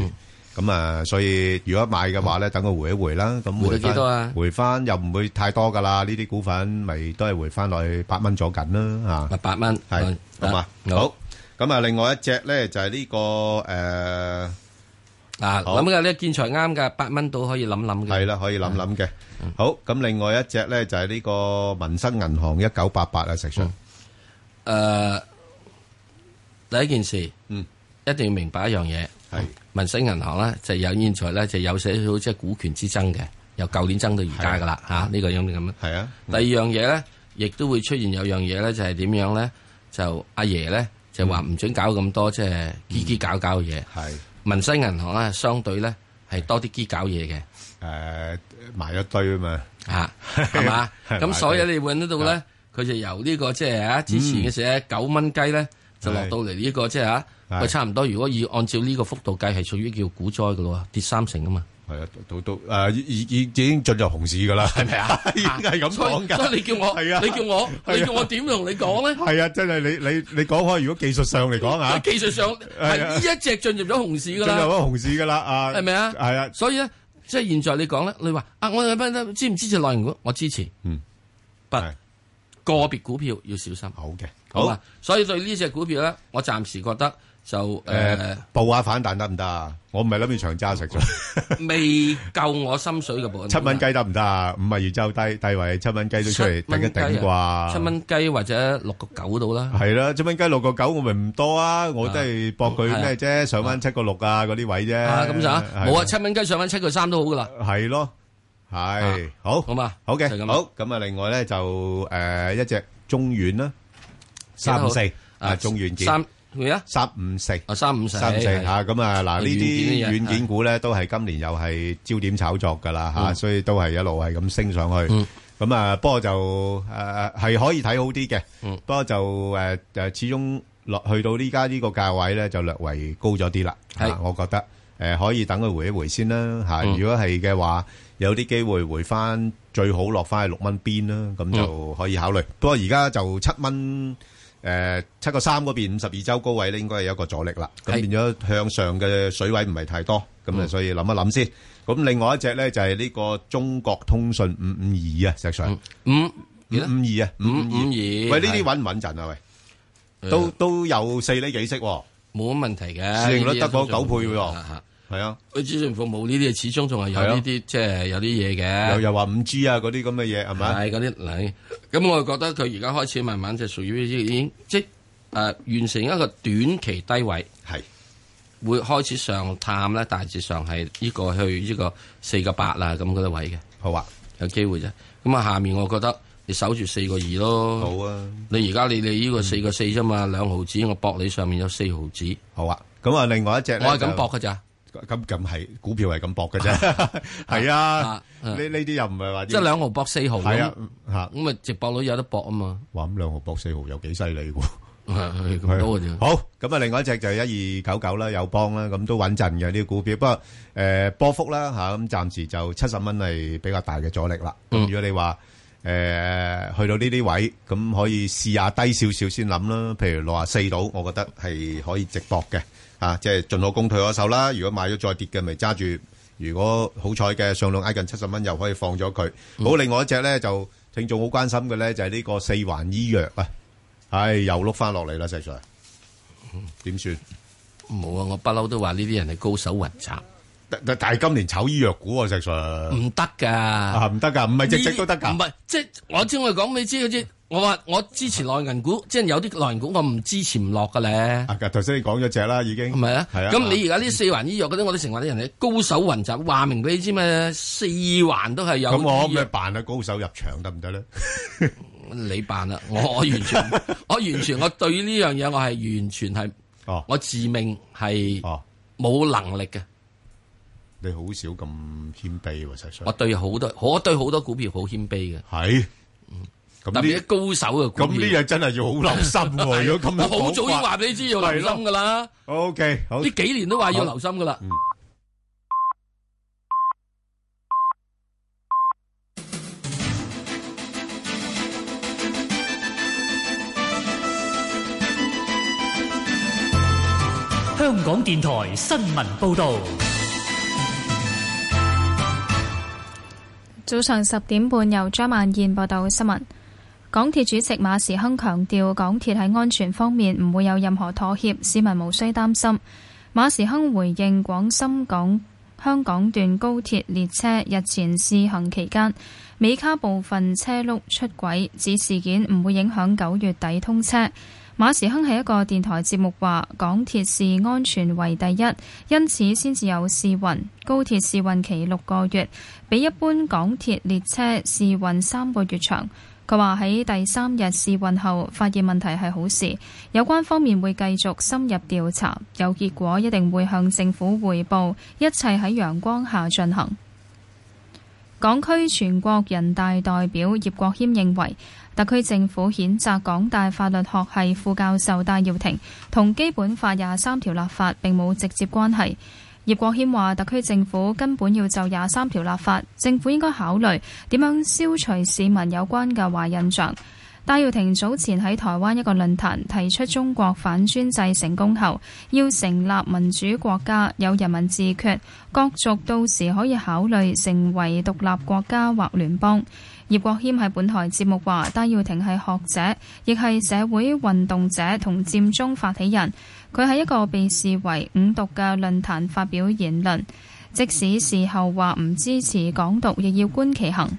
咁啊，所以如果買嘅話咧，等佢回一回啦。咁
回
返
到幾多啊
回翻又唔會太多噶啦，呢啲股份咪都係回翻落去八蚊左緊啦嚇。
八蚊
係好嘛？好咁啊，另外一隻咧就係呢個誒
啊
好
諗嘅呢建材啱㗎，八蚊到可以諗諗嘅。
係啦，可以諗諗嘅。好咁，另外一隻咧就係呢個民生銀行一九八八啊，石 Sir。
誒，第一件事，嗯，一定要明白一樣嘢，
係
民生銀行咧就有現在咧就有少少即係股權之爭嘅，由舊年爭到而家噶啦嚇，呢個樣咁樣。
係啊。
第二樣嘢咧，亦都會出現有樣嘢咧，就係點樣咧？就阿爺咧就話唔准搞咁多即係機機搞搞嘅嘢。
嗯係
民生銀行咧，相對咧係多啲機搞嘢嘅。
誒埋一堆啊嘛，
嚇係嘛？
係
咁
埋
所以
堆
你揾得到咧，佢就由呢個即係啊之前嘅時
嗯
咧九蚊雞咧，就落到嚟呢個即係啊，
係
佢差唔多。如果以按照呢個幅度計，係屬於叫股災嘅咯，跌三成啊嘛。
係啊，到到誒已已已經進 入熊市㗎啦，係咪啊？已經係咁
所以
講㗎。
所以你叫我，
係啊
你叫
係
我，
啊
你叫我點同你講咧？
係啊，真係你你你講開，如果技術上嚟講啊，
技術上係呢一隻進入咗熊市
進
㗎
入
啦。
咗熊市㗎啦啊，
係咪啊？
係啊，
所以咧，即係現在你講咧，你話啊，我哋支唔支持內容股？我支持，
嗯，
不個別股票要小心。
好嘅，
好啊。所以對呢只股票咧，我暫時覺得就
誒
呃誒
報下反彈得唔得啊？我唔係諗住長揸食咗，
未夠我心水嘅部 分。
七蚊雞得唔得啊？五啊二周低低位，七蚊雞都出嚟頂一
à?
頂啩。
七蚊雞或者六個九到啦。
係啦，七蚊雞六個九我咪唔多啊，我都係搏佢
係啊
咩啫，上翻七個六啊嗰啲位啫。
啊，咁就啊
係
冇啊，七蚊雞上翻七個三都好噶啦。
係咯，係好，好
嘛，
好嘅
就，咁啦
好咁啊。另外咧就誒一隻中遠啦，三五四
À,
啊，中遠件
三咩啊？
三五四
啊，三五四，
三五四
係
嚇，咁啊嗱，呢啲軟件股咧都係今年又係焦點炒作噶啦嚇，
嗯
所以都係一路係咁升上去。咁啊，不過就誒係可以睇好啲嘅，不過就誒誒始終落去到呢家呢個價位咧，就略為高咗啲啦。
係
啊我覺得誒可以等佢回一回先啦嚇。
嗯
如果係嘅話，有啲機會回翻最好落翻去六蚊邊啦，咁就可以考慮。不過而家就七蚊。誒七個三嗰邊五十二周高位咧，應該係有一個阻力啦。咁變咗向上嘅水位唔係太多，咁啊，所以諗一諗先。咁另外一隻咧就係呢個中國通訊五五二啊，石 Sir
五
五五二啊，五五二。喂，呢啲穩唔穩陣啊？
Ừ.
喂，都都有四厘幾息喎，
冇乜問題嘅，
市盈率得
呢
嗰
啲嘢
九倍
通
喎
常啊，
係啊。
佢資訊服務呢啲嘢始終仲係有
係啊
呢啲即係有啲嘢嘅，
又又話五 G à, 啊嗰啲咁嘅嘢係咪？
係嗰啲嚟，咁我覺得佢而家開始慢慢就屬於已經即係誒、呃完成一個短期低位，
係
會開始上探咧，大致上係呢個去呢個四個八啦咁嗰啲位嘅。
好啊，
有機會啫。咁啊，下面我覺得你守住四個二咯。
好啊，
你而家你你呢個四個四啫嘛，兩毫子，我搏你上面有四毫子。
好啊，咁啊，另外一隻呢
我係咁
就
搏㗎咋。
咁咁係股票係咁搏嘅啫，係啊，呢呢啲又唔係話
即係兩毫搏四毫
係啊
咁
嚇，
咁啊直播佬有得搏啊嘛。
哇，咁兩毫搏四毫又幾犀利喎。
係咁多嘅啫。
好，咁啊，另外一隻就係一二九九啦，友邦啦，咁都穩陣嘅呢啲股票。不過誒波幅啦嚇，咁暫時就七十蚊係比較大嘅阻力啦。咁如果你話诶、去到呢啲位，咁可以試下低少少先諗啦。譬如六啊四度，我覺得係可以直搏嘅，啊，即係進可攻退可守啦。如果買咗再跌嘅，咪揸住。如果好彩嘅上量挨近七十蚊，又可以放咗佢。好，另外一隻咧就聽眾好關心嘅咧，就係、呢個四環醫藥啊，唉、又碌翻落嚟啦，石 Sir。點算？
冇啊！我不嬲都話呢啲人係高手雲集。
但但係今年炒醫藥股啊，石 Sir 啊
唔得㗎，
唔得㗎，唔係隻隻都得㗎。
唔係，即係我知我講俾你知嗰啲，我話我支持內銀股，即係有啲內銀股我唔支持唔落㗎咧。
啊，頭先你講咗隻啦，已經
係咪啊？
係啊。
咁你而家呢四環醫藥嗰啲，我哋成話啲人係高手雲集，話明俾你知咩？四環都係有。
咁我可唔可以扮下高手入場得唔得咧？
你扮啦，我我完全， 我完全，我對呢樣嘢我係完全係，
哦
我自命係冇能力嘅。
你好少咁謙卑喎，石 Sir。
我對好多，我對好多股票好謙卑嘅。
係。
特
咁
別
呢
啲高手嘅股票。
咁呢樣真係要好留心 喎如果咁樣
我好
講
早已
法
話俾你知要留心㗎啦。
OK，好。
呢幾年都話要留心㗎啦。
香港電台新聞報導，
早上十點半，由張曼燕報道新聞。港鐵主席馬時亨強調，港鐵喺安全方面唔會有任何妥協，市民無需擔心。馬時亨回應廣深港香港段高鐵列車日前試行期間，尾卡部分車轆出軌，指事件唔會影響九月底通車。馬時亨喺一個電台節目話：港鐵視安全為第一，因此先至有試運。高鐵試運期六個月，比一般港鐵列車試運三個月長。佢話喺第三日試運後，發現問題係好事，有關方面會繼續深入調查，有結果一定會向政府匯報，一切喺陽光下進行。港區全國人大代表葉國謙認為，特區政府譴責港大法律學系副教授戴耀廷同《基本法》廿三條立法並冇直接關係。葉國謙話：特區政府根本要就廿三條立法，政府應該考慮點樣消除市民有關嘅壞印象。戴耀廷早前喺台灣一個論壇提出中國反專制成功後，要成立民主國家，有人民自決，各族到時可以考慮成為獨立國家或聯邦。葉國謙喺本台節目話：戴耀廷係學者，亦係社會運動者同佔中發起人。佢喺一個被視為五毒嘅論壇發表言論，即使事後話唔支持港獨，亦要觀其行。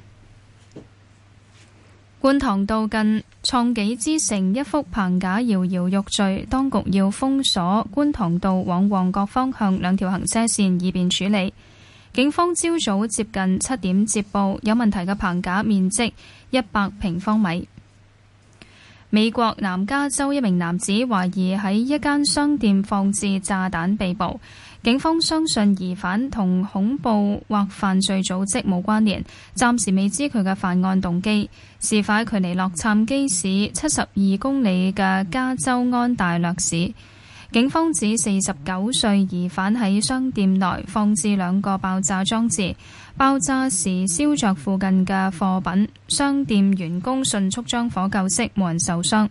觀塘道近創紀之城一幅棚架搖搖欲墜，當局要封鎖觀塘道往旺角方向兩條行車線，以便處理。警方朝早接近七點接報，有問題嘅棚架面積一百平方米。美國南加州一名男子懷疑喺一間商店放置炸彈被捕，警方相信疑犯同恐怖或犯罪組織冇關聯，暫時未知佢嘅犯案動機。事發距離洛杉磯市七十二公里嘅加州安大略市。警方指四十九歲疑犯喺商店內放置兩個爆炸裝置，爆炸時燒着附近嘅貨品，商店員工迅速將火救熄，無人受傷。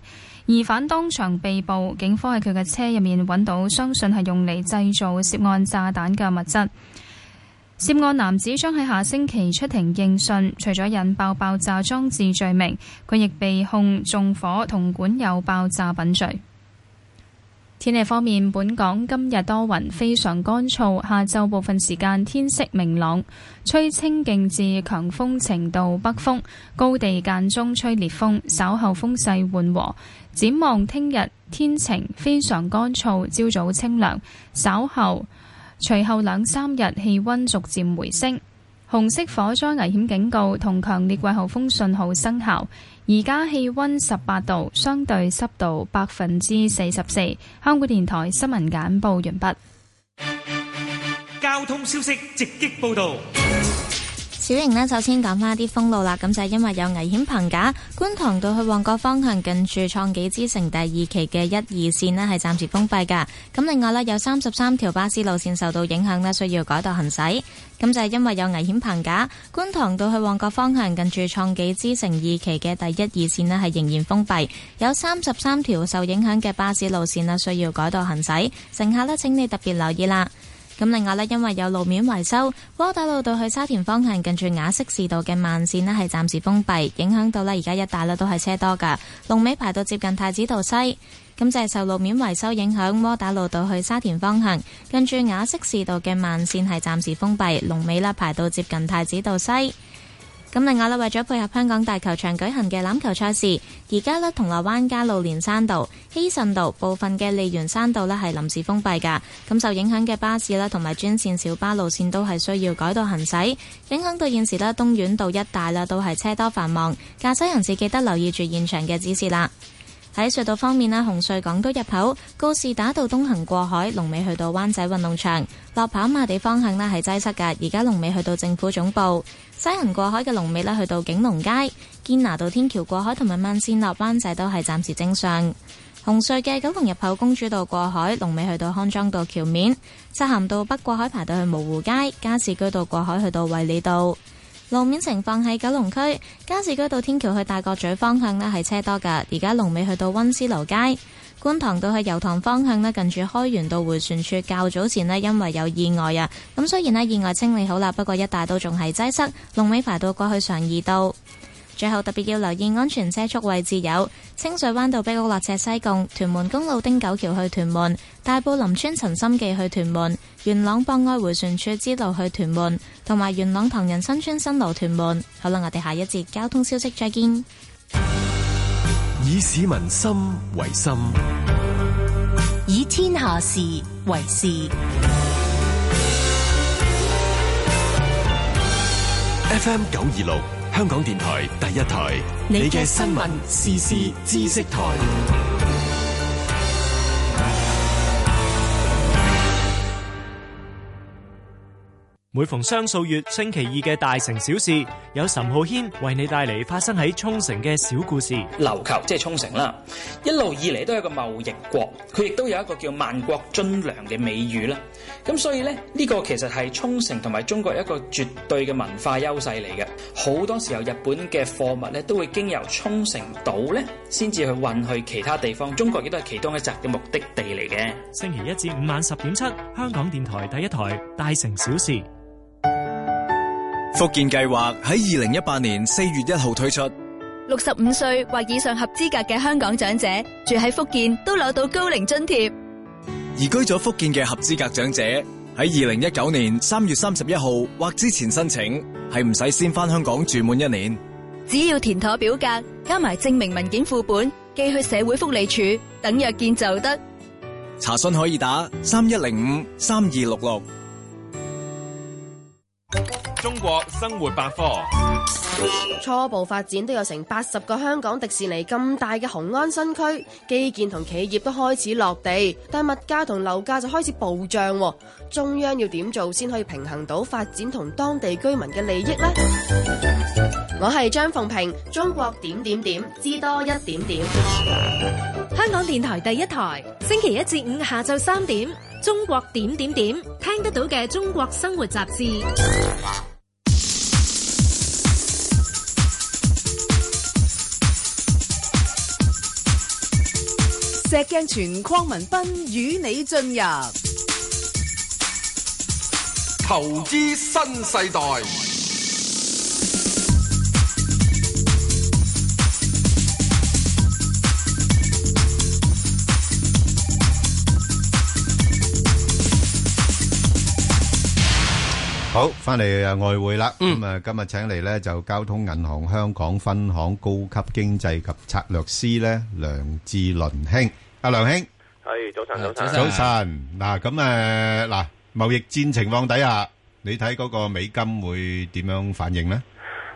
疑犯當場被捕，警方喺佢嘅車入面揾到相信係用嚟製造涉案炸彈嘅物質。涉案男子將喺下星期出庭應訊，除咗引爆爆炸裝置罪名，佢亦被控縱火同管有爆炸品罪。天氣方面，本港今日多雲，非常乾燥。下晝部分時間天色明朗，吹清勁至強風程度北風，高地間中吹烈風，稍後風勢緩和。展望聽日天晴，非常乾燥，朝早清涼，稍後隨後兩三日氣温逐漸回升。紅色火災危險警告同強烈季候風信號生效。而家氣温十八度，相對濕度百分之四十四。香港電台新聞簡報完畢。
交通消息直擊報道。
小型呢，首先講翻啲封路啦，咁就係因為有危險棚架，觀塘道去旺角方向近住創紀之城第二期嘅一二線呢係暫時封閉㗎。咁另外呢，有三十三條巴士路線受到影響呢，需要改道行駛。咁就係因為有危險棚架，觀塘道去旺角方向近住創紀之城二期嘅第一二線呢係仍然封閉，有三十三條受影響嘅巴士路線呢需要改道行駛，乘客呢，請你特別留意啦。咁另外呢，因為有路面維修，窩打老道去沙田方向近住雅息士道嘅慢線呢係暫時封閉，影響到呢而家一帶呢都係車多噶，龍尾排到接近太子道西。咁就係受路面維修影響，窩打老道去沙田方向近住雅息士道嘅慢線係暫時封閉，龍尾呢排到接近太子道西。咁另外咧，為咗配合香港大球場舉行嘅欖球賽事，而家咧銅鑼灣加路連山道、希慎道部分嘅利園山道咧係臨時封閉㗎。咁受影響嘅巴士啦同埋專線小巴路線都係需要改道行駛，影響到現時咧東苑道一帶啦都係車多繁忙，駕駛人士記得留意住現場嘅指示啦。喺隧道方面呢，紅隧港島入口告士打道東行過海，龍尾去到灣仔運動場；落跑馬地方向呢係擠塞㗎，而家龍尾去到政府總部；西行過海嘅龍尾呢去到景隆街；堅拿道天橋過海同埋慢線落灣仔都係暫時正常。紅隧嘅九龍入口公主道過海，龍尾去到康莊道橋面；漆咸道北過海排到去蕪湖街；加士居道過海去到衛理道。路面情況喺九龍區加士居道天橋去大角咀方向呢係車多㗎，而家龍尾去到溫思勞街。觀塘道去油塘方向呢，近住開源道迴旋處，較早前呢，因為有意外啊，咁雖然呢意外清理好啦，不過一帶都仲係擠塞，龍尾排到過去常怡道。最後特別要留意安全車速位置有清水灣道碧屋落斜西貢、屯門公路汀九橋去屯門、大埔林村陳心記去屯門、元朗博愛迴旋處支路去屯門，同埋元朗唐人新村新路屯門。好啦，我哋下一節交通消息再見。
以市民心為心，
以天下事為事。
FM 九二六香港電台第一台，你嘅新聞時事知識台。
每逢雙數月星期二嘅大城小事，有岑浩軒為你帶嚟發生喺沖繩嘅小故事。
琉球即係沖繩啦，一路以嚟都係一個貿易國，佢亦都有一個叫萬國津梁嘅美譽啦。咁所以咧，呢個其實係沖繩同埋中國一個絕對嘅文化優勢嚟嘅。好多時候日本嘅貨物咧都會經由沖繩島咧先至去運去其他地方，中國亦都係其中一集嘅目的地嚟嘅。
星期一至五晚十點七，香港電台第一台《大城小事》。
福建計劃喺二零一八年四月一號推出，
六十五歲或以上合資格嘅香港長者住喺福建都攞到高齡津貼。
移居咗福建嘅合資格長者喺二零一九年三月三十一號或之前申請，係唔使先返香港住滿一年。
只要填妥表格，加埋證明文件副本，寄去社會福利署等約見就得。
查詢可以打三一零五三二六六。
中國生活百科。
初步發展都有成八十個香港迪士尼咁大嘅雄安新區，基建同企業都開始落地，但物價同樓價就開始暴漲喎。中央要點做先可以平衡到發展同當地居民嘅利益呢？我係張鳳平，中國點點點知多一點點。
香港電台第一台，星期一至五下晝三點，中國點點點聽得到嘅中國生活雜誌。
石鏡泉鄺民彬與你進入
投資新世代。
好，翻嚟啊外匯啦，咁啊今日請嚟咧就交通銀行香港分行高級經濟及策略師咧梁志倫兄，阿梁兄，
係早晨，早晨，
早晨，嗱咁誒嗱貿易戰情況底下，你睇嗰個美金會點樣反應咧？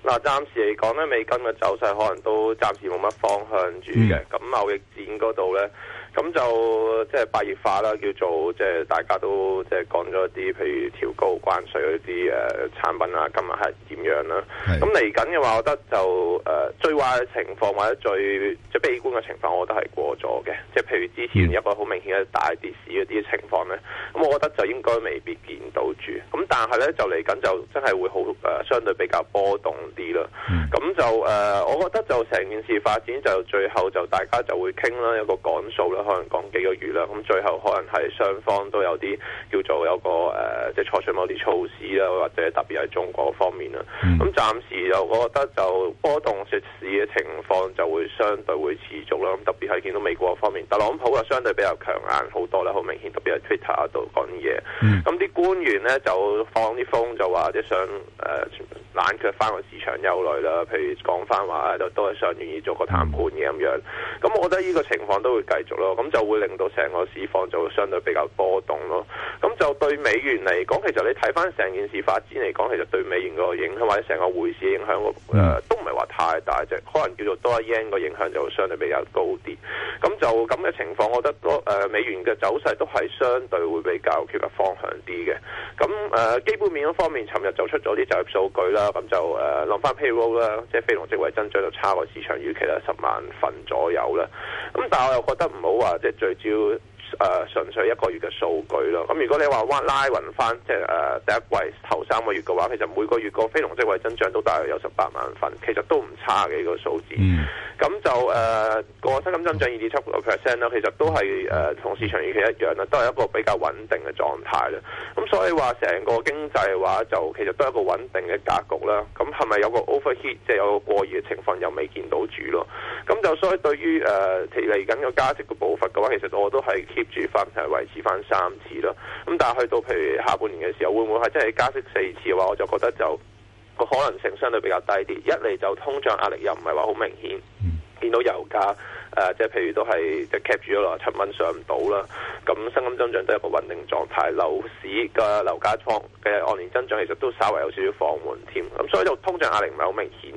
嗱，暫時嚟講咧，美金嘅走勢可能都暫時冇乜方向住嘅。咁、貿易戰嗰度咧，咁就即係百業化啦，叫做即係大家都即係講咗一啲，譬如調高關税嗰啲誒產品啊，今日係點樣啦？咁嚟緊嘅話，我覺得就誒、呃最壞嘅情況或者最即係悲觀嘅情況，我覺得係過咗嘅。即係譬如之前一個好明顯嘅大跌市嗰啲情況咧，咁我覺得就應該未必見到住。咁但係咧就嚟緊就真係會好誒、呃相對比較波動啲啦。咁就誒、呃我覺得就成件事發展就最後就大家就會傾啦，有個講數啦，可能講幾個月啦，咁最後可能係雙方都有啲叫做有個誒、呃即係採取某啲措施啦，或者特別係中國方面啦。咁、暫時就我覺得就波動市嘅情況就會相對會持續啦。咁特別係見到美國方面，特朗普啊相對比較強硬好多啦，好明顯，特別係 Twitter 度講嘢。咁啲、官員咧就放啲風就話，即係想誒、呃冷卻翻個市場憂慮啦。譬如講翻話就都係想願意做個談判嘅咁樣。咁我覺得呢個情況都會繼續咯，咁就會令到成個市況就相對比較波動咯。咁就對美元嚟講，其實你睇翻成件事發展嚟講，其實對美元個影響或者成個匯市影響個誒都唔係話太大啫，可能叫做多一 yen 個影響就相對比較高啲。咁就咁嘅情況，我覺得多誒、呃美元嘅走勢都係相對會比較缺乏方向啲嘅。咁誒、呃基本面嗰方面，尋日就出咗啲就業數據啦，咁就誒諗翻 payroll 啦，即係非農職位增長就差過市場預期啦，十萬份左右啦。咁但係我又覺得唔好話即係聚焦。誒、純粹一個月嘅數據咯，咁如果你話哇拉勻翻即係誒、第一季頭三個月嘅話，其實每個月個非農職位增長都大約有十八萬份，其實都唔差嘅呢個數字。咁就誒、呃、個薪金增長二點七個 percent 啦，其實都係誒同市場預期一樣啦，都係一個比較穩定嘅狀態啦。咁所以話成個經濟嘅話就其實都係一個穩定嘅格局啦。咁係咪有個 overheat 即係有個過熱嘅情況又未見到住咯？咁就所以對於誒嚟緊個加息嘅步伐嘅話，其實我都係 keep 住翻係維持翻三次咯。咁但係去到譬如下半年嘅時候，會唔會係真係加息四次嘅話，我就覺得就個可能性相對比較低啲。一嚟就通脹壓力又唔係話好明顯。見到油價誒、呃即係譬如都係即係 cap 住咗落七蚊上唔到啦，咁薪金增長都係一個穩定狀態，樓市嘅樓價創嘅按年增長其實都稍為有少少放緩添，咁所以就通脹壓力唔係好明顯，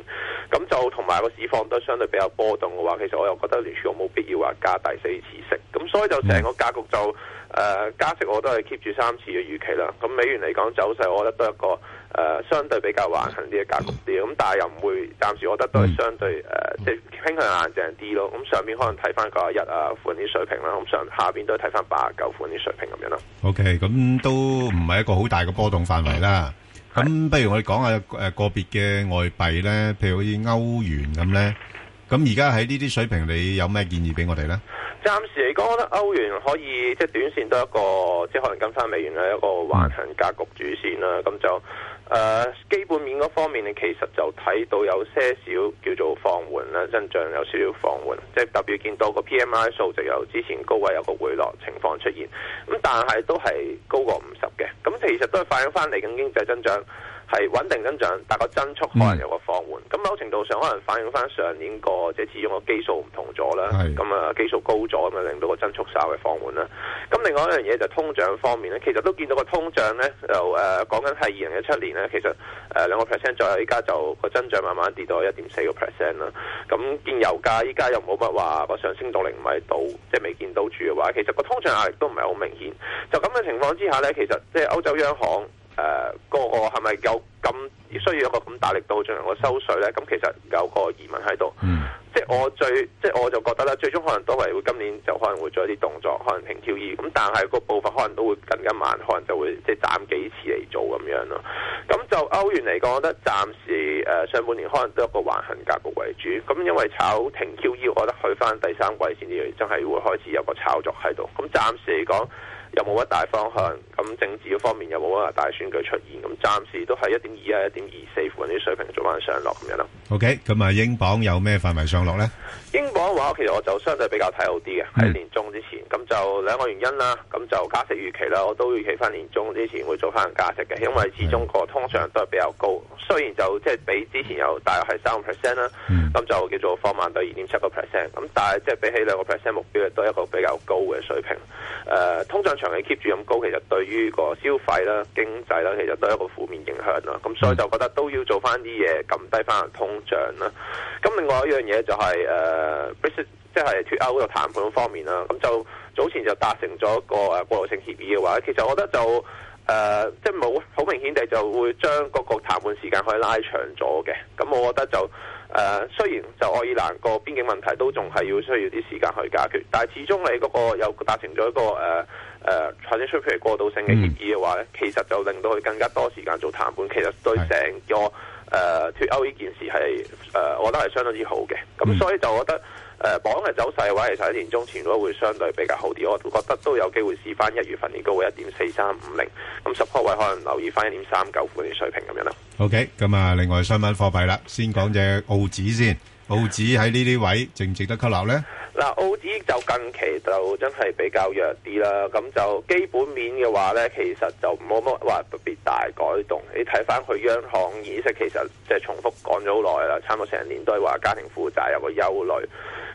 咁就同埋個市況都相對比較波動嘅話，其實我又覺得聯儲局冇必要話加第四次息，咁所以就成個格局就誒、呃加息我都係 keep 住三次嘅預期啦，咁美元嚟講走勢，我覺得都係一個。誒、呃相對比較橫行啲嘅格局啲，咁但係又唔會暫時，我覺得都係相對誒、即係傾向硬淨啲咯。咁上邊可能睇翻九一啊款啲水平啦，咁上下邊都係睇翻八九款啲水平咁樣咯。
OK，咁都唔係一個好大嘅波動範圍啦。咁不如我哋講下，誒，個別嘅外幣呢，譬如好似歐元咁呢，咁而家喺呢啲水平，你有咩建議俾我哋呢？
暫時嚟講，我覺得歐元可以即係短線都一個，即係可能跟翻美元嘅一個橫行格局主線啦。咁就誒、呃基本面嗰方面，你其實就睇到有些少叫做放緩啦，增長有少少放緩，即係特別見到個 P M I 數值由之前高位有個回落情況出現。咁但係都係高過五十嘅，咁其實都係反映翻嚟緊經濟增長。係穩定增長，但個增速可能有個放緩。咁、某程度上可能反映翻上年個即係始終個基數唔同咗啦。咁啊基數高咗，咁啊令到個增速稍微放緩啦。咁另外一樣嘢就通脹方面咧，其實都見到個通脹咧就誒講緊係二零一七年咧，其實誒兩個 percent 左右，依家就個增長慢慢跌到一點四個 percent 啦。咁見油價依家又冇乜話個上升動力唔喺度，即係未見到住嘅話，其實個通脹壓力都唔係好明顯。就咁嘅情況之下咧，其實即係歐洲央行。誒、呃個個係咪有咁需要有個咁大力度進行個收水咧？咁其實有個疑問喺度。即係我最即係我就覺得咧，最終可能都係會今年就可能會做一啲動作，可能停 QE。咁但係個步伐可能都會更加慢，可能就會即係斬幾次嚟做咁樣咯。咁就歐元嚟講，我覺得暫時誒、呃上半年可能都有一個橫行格局為主。咁因為炒停 QE，我覺得去翻第三季先至真係會開始有個炒作喺度。咁暫時嚟講。又冇乜大方向，咁政治嗰方面又冇乜大選舉出現，咁暫時都係一點二啊、一點二四附近啲水平做翻上落咁樣咯。
OK，咁啊，英鎊有咩範圍上落呢？
英鎊嘅話，其實我就相對比較睇好啲嘅，喺年中之前，咁就兩個原因啦，咁就加息預期啦，我都預期翻年中之前會做翻加息嘅，因為始終個通脹都係比較高，雖然就即係比之前有大約係三個 percent 啦，咁就叫做放慢到二點七個 percent，咁但係即係比起兩個 percent 目標，都係一個比較高嘅水平。呃誒、通脹長期 keep 住咁高，其實對於個消費啦、經濟啦，其實都係一個負面影響啦。咁所以就覺得都要做翻啲嘢，撳低翻通脹啦。咁另外一樣嘢就係、誒、Brexit 呃即係脱歐嗰個談判方面啦。咁就早前就達成咗一個誒過渡性協議嘅話，其實我覺得就。誒、呃即係冇好明顯地就會將嗰個談判時間可以拉長咗嘅。咁我覺得就誒、呃雖然就愛爾蘭個邊境問題都仲係要需要啲時間去解決，但係始終你嗰個又達成咗一個呃誒誒、或者出譬如過渡性嘅協議嘅話咧，其實就令到佢更加多時間做談判，其實對成個誒、脱歐呢件事係誒、呃我覺得係相當之好嘅。咁所以就我覺得。誒呃榜嘅走勢嘅話，其實喺年中前嗰會相對比較好啲，我覺得都有機會試翻一月份呢高位一點四三五零，咁十 u 位可能留意翻一點三九附近水平咁樣啦。
OK，咁啊，另外商品貨幣啦，先講隻澳紙先。澳紙喺呢啲位值唔值得吸納呢？
嗱，澳紙就近期就真係比較弱啲啦，咁就基本面嘅話呢，其實就冇乜話特別大改動。你睇翻佢央行議息，其實即係重複講咗好耐啦，差唔多成年都係話家庭負債有個憂慮。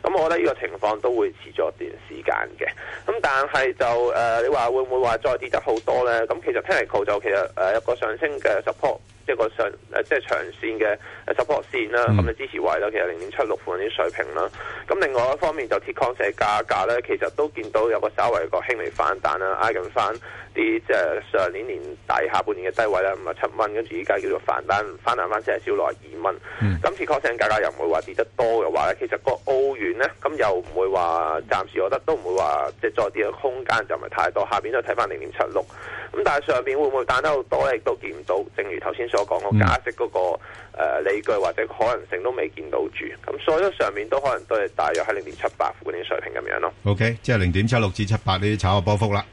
咁我覺得呢個情況都會持續一段時間嘅。咁但係就誒、呃你話會唔會話再跌得好多呢？咁其實 technical 就其實誒、呃一個上升嘅 support。一個上誒即係長線嘅誒 support 線啦，咁你支持位啦，其實零點七六附近啲水平啦。咁另外一方面就鐵礦石價格咧，其實都見到有個稍微個輕微反彈啦，挨近翻啲即係上年年底下半年嘅低位啦，五啊七蚊，跟住依家叫做反彈，反彈翻少少落二蚊。咁鐵礦石價格又唔會話跌得多嘅話咧，其實個澳元咧咁又唔會話暫時我覺得都唔會話即係再跌嘅空間就唔係太多，下邊都睇翻零點七六。咁但係上邊會唔會彈得好多咧？亦都見唔到，正如頭先所講，個加息嗰、個、呃、理據或者可能性都未見到住。咁所以上面都可能都係大約喺零點七八附近嘅水平咁樣咯。
OK，即係0.76至78呢啲炒下波幅啦。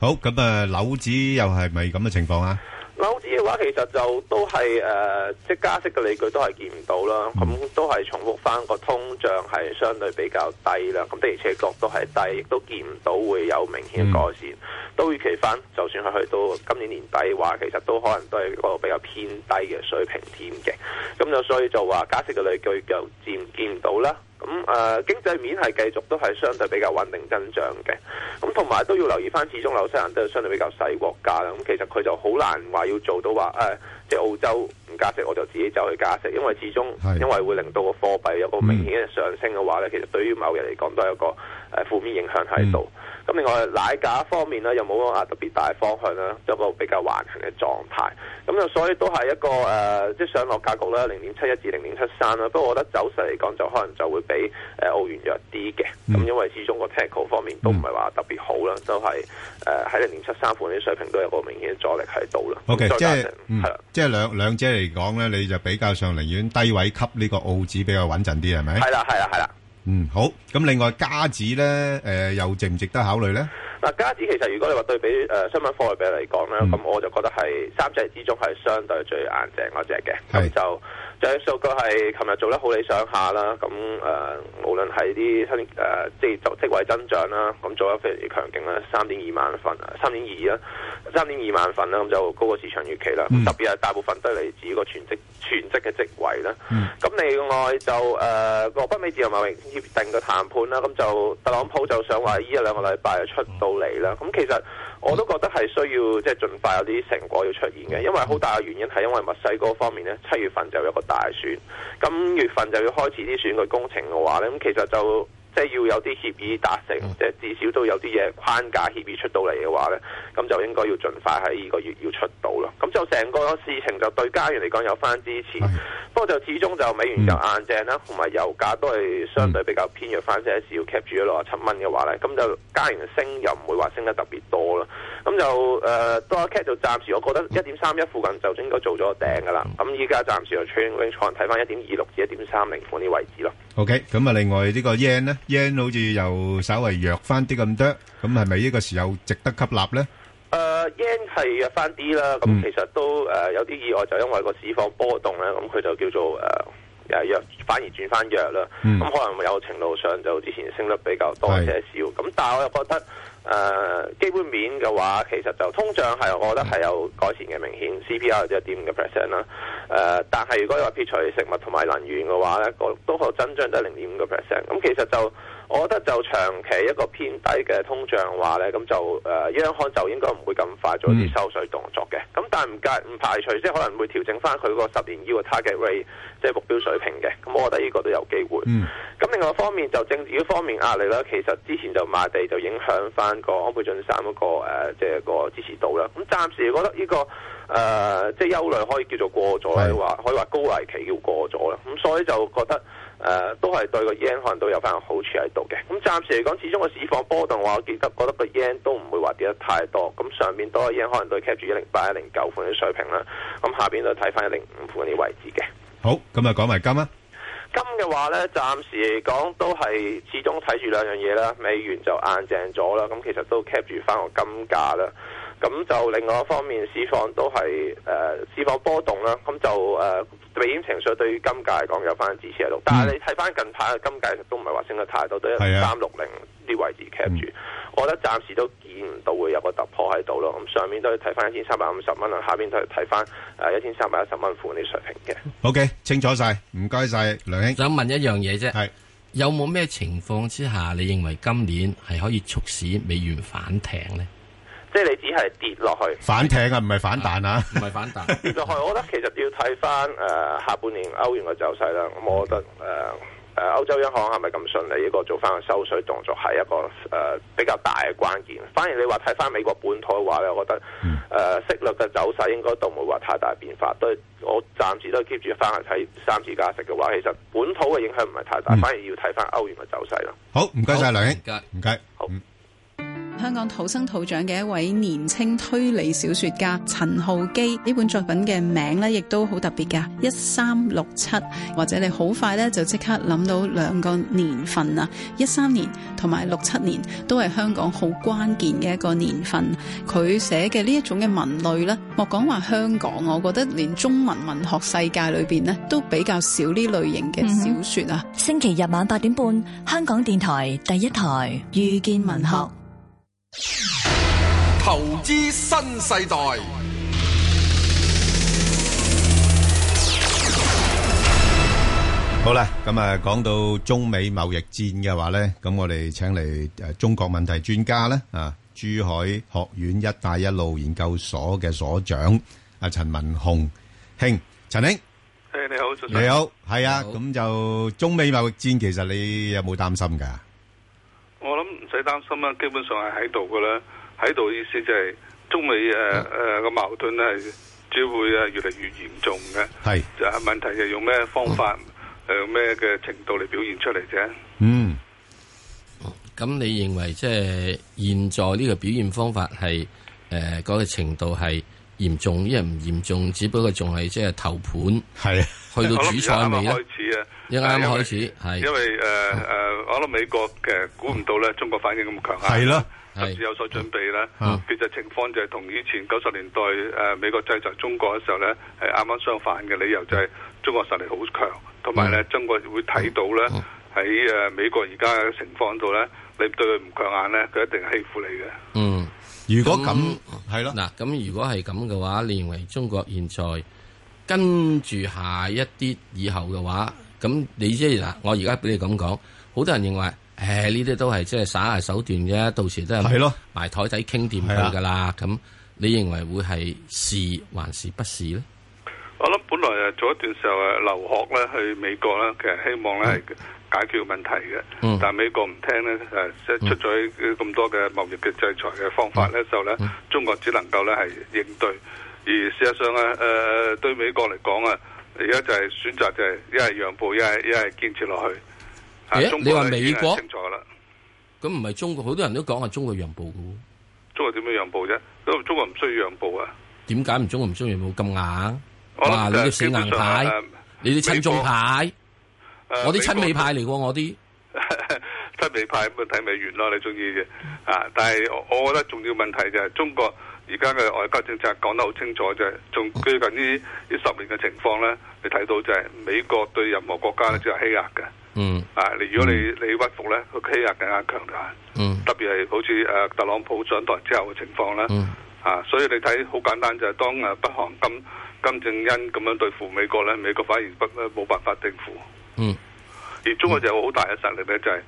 好，咁啊，樓指又係咪咁嘅情況啊？
樓指嘅話，其實就都係誒、呃即係加息嘅理據都係見唔到啦。咁、都係重複翻個通脹係相對比較低啦。咁的而且確都係低，亦都見唔到會有明顯嘅改善。都預期翻，就算係去到今年年底話，其實都可能都係一個比較偏低嘅水平添嘅。咁就所以就話加息嘅理據就見見唔到啦。咁誒、呃、經濟面係繼續都係相對比較穩定增長嘅，咁同埋都要留意翻，始終紐西蘭都係相對比較細國家啦。咁其實佢就好難話要做到話誒、呃即係澳洲唔加息我就自己走去加息，因為始終因為會令到個貨幣有個明顯嘅上升嘅話咧，其實對於某人嚟講都係一個誒、呃、負面影響喺度。咁另外奶價方面咧，又冇話特別大方向啦，一個比較橫行嘅狀態。咁就所以都係一個誒、呃即係上落格局啦，零點七一至零點七三啦。不過我覺得走勢嚟講，就可能就會比誒、呃澳元弱啲嘅。
嗯
咁、因為始終個 technical 方面都唔係話特別好啦，都係誒喺零點七三附近啲水平都有個明顯嘅阻力喺度啦。咁
OK，
再
即係，
加上
嗯，即係兩-兩者嚟講呢，你就比較上寧願低位吸呢個澳紙比較穩陣啲，係咪？
係啦，係啦，係啦。
嗯，好。咁另外加紙呢，誒，又值唔值得考慮呢？
嗱，加指其實如果你話對比誒、呃商品貨幣比嚟講咧，咁、我就覺得係三隻之中係相對最硬淨嗰只嘅。咁就就係數據係琴日做得好理想下啦。咁誒、呃無論係啲新誒呃即係就職位增長啦，咁做得非常之強勁啦，三點二萬份，三點二啦，三點二萬份啦，咁就高過市場預期啦。咁特別係大部分都係嚟自個全職全職嘅職位啦。咁另外就誒、呃、個北美自由貿易協定嘅談判啦，咁就特朗普就想話呢一兩個禮拜就出到嚟啦。咁其實我都覺得係需要即係盡快有啲成果要出現嘅，因為好大嘅原因係因為墨西哥方面咧，七月份就有一個大選，今月份就要開始啲選舉工程嘅話咧，咁其實就。即係要有啲協議達成，即係至少都有啲嘢框架協議出到嚟嘅話咧，咁就應該要盡快喺呢個月要出到咯。咁就成個事情就對加元嚟講有翻支持，不過就始終就美元就硬淨啦，同埋油價都係相對比較偏弱翻些少，cap 住咗六十七蚊嘅話咧，咁就加元升又唔會話升得特別多啦。咁就誒、呃、多 cap 就暫時我覺得一點三一附近就應該做咗個頂噶啦。咁依家暫時就 t r a i n 睇翻一點二六至一點三零款啲位置咯。
OK，咁啊，另外呢個yen呢，yen好似又稍為弱返啲咁多，咁係咪呢個時候值得吸納呢？
誒呃 yen 係弱翻啲啦，咁其實都誒、呃有啲意外，就因為個市況波動咧，咁佢就叫做誒。呃誒弱反而轉翻弱啦，咁、
嗯
可能有程度上就之前升得比較多
係
些少，咁但係我又覺得誒、呃基本面嘅話，其實就通脹係我覺得係有改善嘅明顯，CPI 有一點五嘅 percent 啦，誒、誒，但係如果你話撇除食物同埋能源嘅話咧，個都可增長得零點五個 percent。咁其實就我覺得就長期一個偏低嘅通脹嘅話咧，咁就誒、呃央行就應該唔會咁快做
嗯
啲收水動作嘅。咁但係唔介唔排除即係可能會調整翻佢個十年 U 嘅 target rate，即係目標水平嘅。咁我覺得呢個都有機會。咁另外一方面就政治嗰方面壓力啦，其實之前就賣地就影響翻個安倍晉三嗰、個呃即係、個支持度啦。咁暫時覺得呢、個誒、呃即係憂慮可以叫做過咗啦，話可以話高危期要過咗啦。咁所以就覺得。誒、都係對個 yen 可能都有翻個好處喺度嘅。咁暫時嚟講，始終個市況波動嘅話，我記得覺得個 yen 都唔會話跌得太多。咁上面多個 yen 可能都 cap 住一零八、一零九款啲水平啦。咁下邊都睇翻一零五款啲位置嘅。
好，咁啊，講埋金啊。
金嘅話呢，暫時嚟講都係始終睇住兩樣嘢啦。美元就硬淨咗啦，咁其實都 cap 住翻個金價啦。咁就另外一方面，市況都係誒、呃市況波動啦。咁就誒、呃、避險情緒對於金價嚟講有翻支持喺度。但係你睇翻近排嘅金價，其實都唔係話升得太多，都一
嗯係啊嗯
三六零啲位置 cap 住。我覺得暫時都見唔到會有個突破喺度咯。咁上面都要睇翻一千三百五十蚊啊，下邊都係睇翻誒一千三百一十蚊附近啲水平嘅。
OK，清楚晒，唔該晒，梁兄。
想問一樣嘢啫，係有冇咩情況之下，你認為今年係可以促使美元反艇咧？
即係你只係跌落去，
反艇啊，唔係反彈啊。
跌落去，我覺得其實要睇翻誒下半年歐元嘅走勢啦。咁我覺得誒誒、呃、歐洲央行係咪咁順利呢個做翻個收水動作係一個誒、呃比較大嘅關鍵。反而你話睇翻美國本土嘅話咧，我覺得誒、呃息率嘅走勢應該都唔會話太大變化。都係我暫時都係 keep 住翻去睇三次加息嘅話，其實本土嘅影響唔係太大，反而要睇翻歐元嘅走勢咯。
好，唔該晒，梁兄。唔該。
香港土生土長嘅一位年青推理小說家陳浩基，呢本作品嘅名咧，亦都好特別㗎，一三六七，或者你好快咧就即刻諗到兩個年份啦，一三年同埋六七年都係香港好關鍵嘅一個年份。佢寫嘅呢一種嘅文類咧，莫講話香港，我覺得連中文文學世界裏邊咧都比較少呢類型嘅小說啊。
嗯星期日晚八點半，香港電台第一台遇見文學。
投資新世代，
好啦，咁啊，講到中美貿易戰嘅話呢，咁我哋請嚟，呃，中國問題專家啦，啊，珠海學院一帶一路研究所嘅所長，啊，陳文雄兄。陳兄，
誒，你好，早晨。
你好，系啊，咁就中美貿易戰，其實你有冇擔心㗎？
我諗唔使擔心啦，啊基本上係喺度噶啦，喺度意思就係中美誒
啊
誒個矛盾係只會誒越嚟越嚴重嘅。
係
就係問題就用咩方法誒用咩嘅程度嚟表現出嚟啫。
嗯，
咁你認為即係現在呢個表現方法係誒嗰個程度係嚴重，因為唔嚴重，只不過仲係即係頭盤，
係
去到主菜
我諗而
尾
家啱啱
啦
開，始啊，
一啱開始係
因為誒誒，我諗美國嘅估唔到咧，中國反應咁強啊硬，
係咯
甚至有所準備啦
嗯。
其實情況就係同以前九十年代誒美國制裁中國嘅時候咧，係啱啱相反嘅。理由就係中國實力好強，同埋咧中國會睇到咧喺誒美國而家嘅情況度咧，你對佢唔強硬咧，佢一定欺負你嘅。
嗯，
如
果
咁係咯，
嗱，咁如果係咁嘅話，你認為中國現在跟住下一啲以後嘅話，咁你即係嗱，我而家俾你咁講，好多人認為。誒呢啲都係即係耍下手段啫，到時都係
係咯啊
埋台底傾掂佢噶啦。咁你認為會係是還是不是咧？
我諗本來誒早一段時候誒留學咧去美國咧，其實希望咧係解決問題嘅，
嗯
但係美國唔聽咧誒，即係出咗咁多嘅貿易嘅制裁嘅方法咧，就咧
嗯
中國只能夠咧係應對，而事實上咧誒、呃、對美國嚟講啊，而家就係選擇就係一係讓步，一係一係堅持落去。啊
咦
中
你話
咧已經係
美國
清楚啦，
咁唔係中國，好多人都講係中國讓步嘅喎。
中國點樣讓步啫？因為中國唔需要讓步啊。
點解唔中唔中意冇咁硬？
我諗
哇！
誒
你啲死硬
基本上
牌
誒，
你啲親中牌，
誒
我啲親美
美國
派嚟喎，我啲
睇美派咁啊睇美元咯，你中意嘅啊！但係我我覺得重要問題就係中國而家嘅外交政策講得好清楚，就係仲
嗯
最近呢呢十年嘅情況咧，你睇到就係美國對任何國家咧就係欺壓嘅
嗯
啊！你如果你你屈服咧，佢欺壓更加強大，
嗯
呃特別係好似誒特朗普上台之後嘅情況咧。
嗯
啊，所以你睇好簡單就係當誒北韓金金正恩咁樣對付美國咧，美國反而不呃冇辦法對付。
嗯。
而中國就有好大嘅實力咧，就係、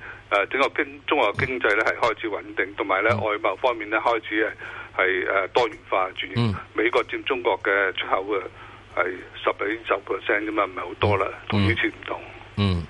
誒整個經中國嘅經濟咧係開始穩定，同埋咧外貿方面咧開始係係誒呃多元化轉型。
嗯
美國佔中國嘅出口嘅係十幾十 percent 啫嘛，唔係好多啦，同以前唔同。
嗯，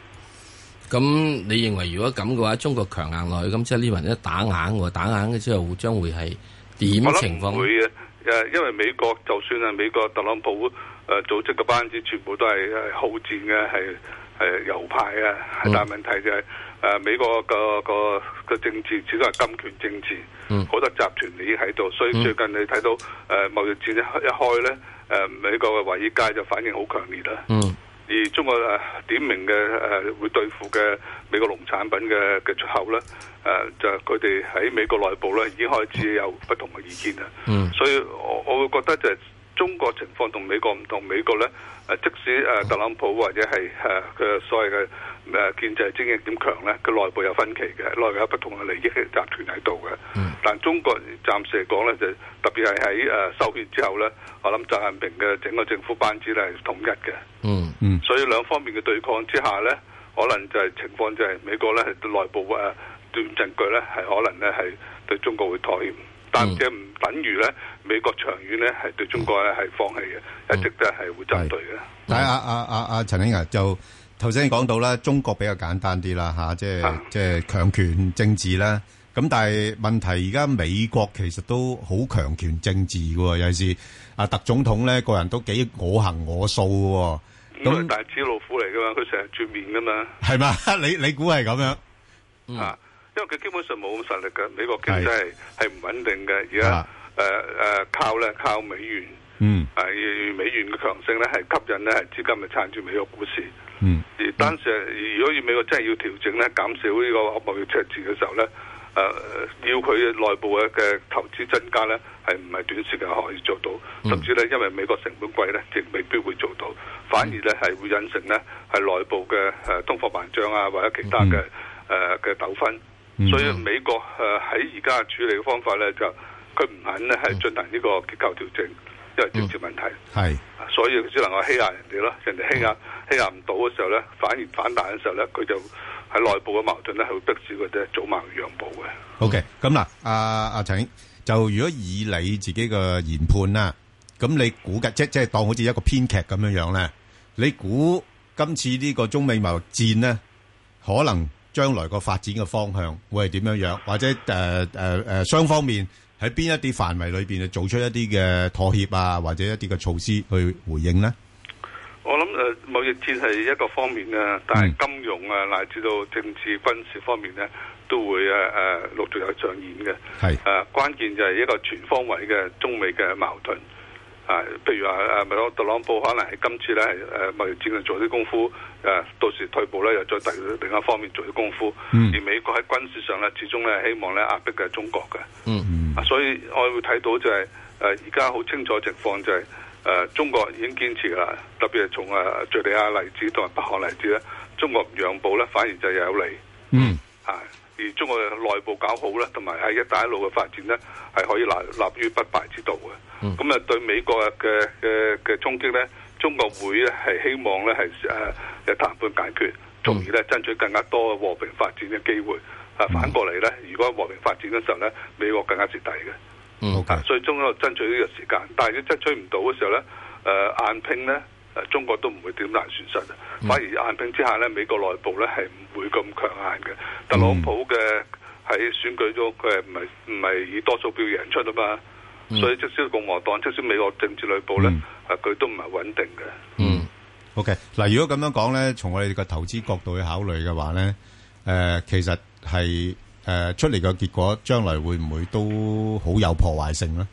咁你認為如果咁嘅話，中國強硬落去，咁即係呢輪一打硬喎，打硬嘅之後將會係點
我諗
情
唔
況
會？嘅，誒，因為美國就算係美國特朗普誒、呃、組織嘅班子，全部都係係好戰嘅，係係右派啊。
嗯
但係問題就係、呃美國個個個政治始終係金權政治，
嗯
好多集團利益喺度，所以
嗯
最近你睇到誒、呃、貿易戰一開一開咧，誒、美國嘅華爾街就反應好強烈啦。
嗯。
而中國誒、呃點名嘅誒、呃、會對付嘅美國農產品嘅嘅出口咧，誒、就佢哋喺美國內部咧已經開始有不同嘅意見啦。
嗯
所以我我會覺得就係中國情況同美國唔同，美國咧誒、呃即使誒、呃特朗普或者係誒佢所謂嘅誒、呃建制精英點強咧，佢內部有分歧嘅，內部有不同嘅利益嘅集團喺度嘅。但中國暫時嚟講咧，就特別係喺誒修憲之後咧，我諗習近平嘅整個政府班子咧係統一嘅。
嗯
嗯。
所以兩方面嘅對抗之下咧，可能就係情況就係美國咧係內部誒斷陣據咧，係可能咧係對中國會妥協，但
嗯
係唔等於咧美國長遠咧係對中國咧係放棄
嗯
嘅，一直都係會針對嘅。
但係啊啊啊啊陳兄啊，就頭先你講到啦，中國比較簡單啲啦吓，即係即係強權政治啦。咁但係問題而家美國其實都好強權政治嘅喎，尤其是啊特總統咧個人都幾我行我素嘅喎。
咁啊
咁
佢大隻老虎嚟噶嘛，佢成日轉面噶嘛。
係嘛？ 你你估係咁樣？嗯
啊，因為佢基本上冇咁實力嘅，美國經濟係係唔穩定嘅，而
啊
家誒誒靠咧靠美元，
嗯，
誒、美元嘅強盛咧係吸引咧係資金嚟撐住美國股市，
嗯，
而單時如果要美國真係要調整咧，減少呢個貿易赤字嘅時候咧。誒、要佢內部嘅嘅投資增加咧，係唔係短時間可以做到？
嗯
甚至咧，因為美國成本貴咧，亦未必會做到，反而咧係會引成咧係內部嘅誒、通貨膨脹啊，或者其他嘅誒
嗯
嘅糾紛。所以美國誒喺而家嘅處理方法咧，就佢唔肯咧係進行呢個結構調整，因為政治問題，啊
係
所以佢只能夠欺壓人哋咯。人哋欺壓欺壓唔到嘅時候咧，反而反彈嘅時候咧，佢就喺內部嘅矛盾咧，係會逼使佢哋早慢讓步嘅。
OK，咁嗱，阿阿陳，就如果以你自己嘅研判啦，咁你估計即即係當好似一個編劇咁樣樣咧，你估今次呢個中美貿易戰咧，可能將來個發展嘅方向會係點樣樣，或者誒誒誒雙方面喺邊一啲範圍裏邊做出一啲嘅妥協啊，或者一啲嘅措施去回應咧？
我諗誒、呃、貿易戰係一個方面啊，但係金融啊，乃至到政治軍事方面咧，都會誒誒、呃、陸續有上演嘅。呃
係誒、
關鍵就係一個全方位嘅中美嘅矛盾。啊，譬如話誒，美國特朗普可能係今次咧係誒貿易戰度做啲功夫，誒、到時退步咧又再第另一方面做啲功夫，
嗯
而美國喺軍事上咧始終咧希望咧壓迫嘅中國嘅。
嗯
啊，所以我會睇到就係誒而家好清楚情況就係、誒、中國已經堅持啦，特別係從誒敍利亞例子同埋北韓例子咧，中國唔讓步咧，反而就有利
嗯
啊。而中國嘅內部搞好咧，同埋喺一帶一路嘅發展咧，係可以立立於不敗之道嘅。
嗯
咁啊、對美國嘅嘅嘅衝擊咧，中國會咧係希望咧係誒嘅談判解決，從而咧爭取更加多和平發展嘅機會。啊，反過嚟咧，如果和平發展嘅時候咧，美國更加蝕底嘅。
嗯
啊，最終咧爭取呢個時間，但係你爭取唔到嘅時候咧，誒、硬拼咧，誒中國都唔會點大損失，啊反而硬拼之下咧，美國內部咧係唔會咁強硬嘅。特朗普嘅喺選舉中佢係唔係唔係以多數票贏出啊嘛，
嗯
所以即使共和黨，即使美國政治內部咧，誒佢、都唔係穩定嘅。
OK，嗱，如果咁樣講咧，從我哋嘅投資角度去考慮嘅話咧，誒、其實係誒、出嚟嘅結果，將來會唔會都好有破壞性咧？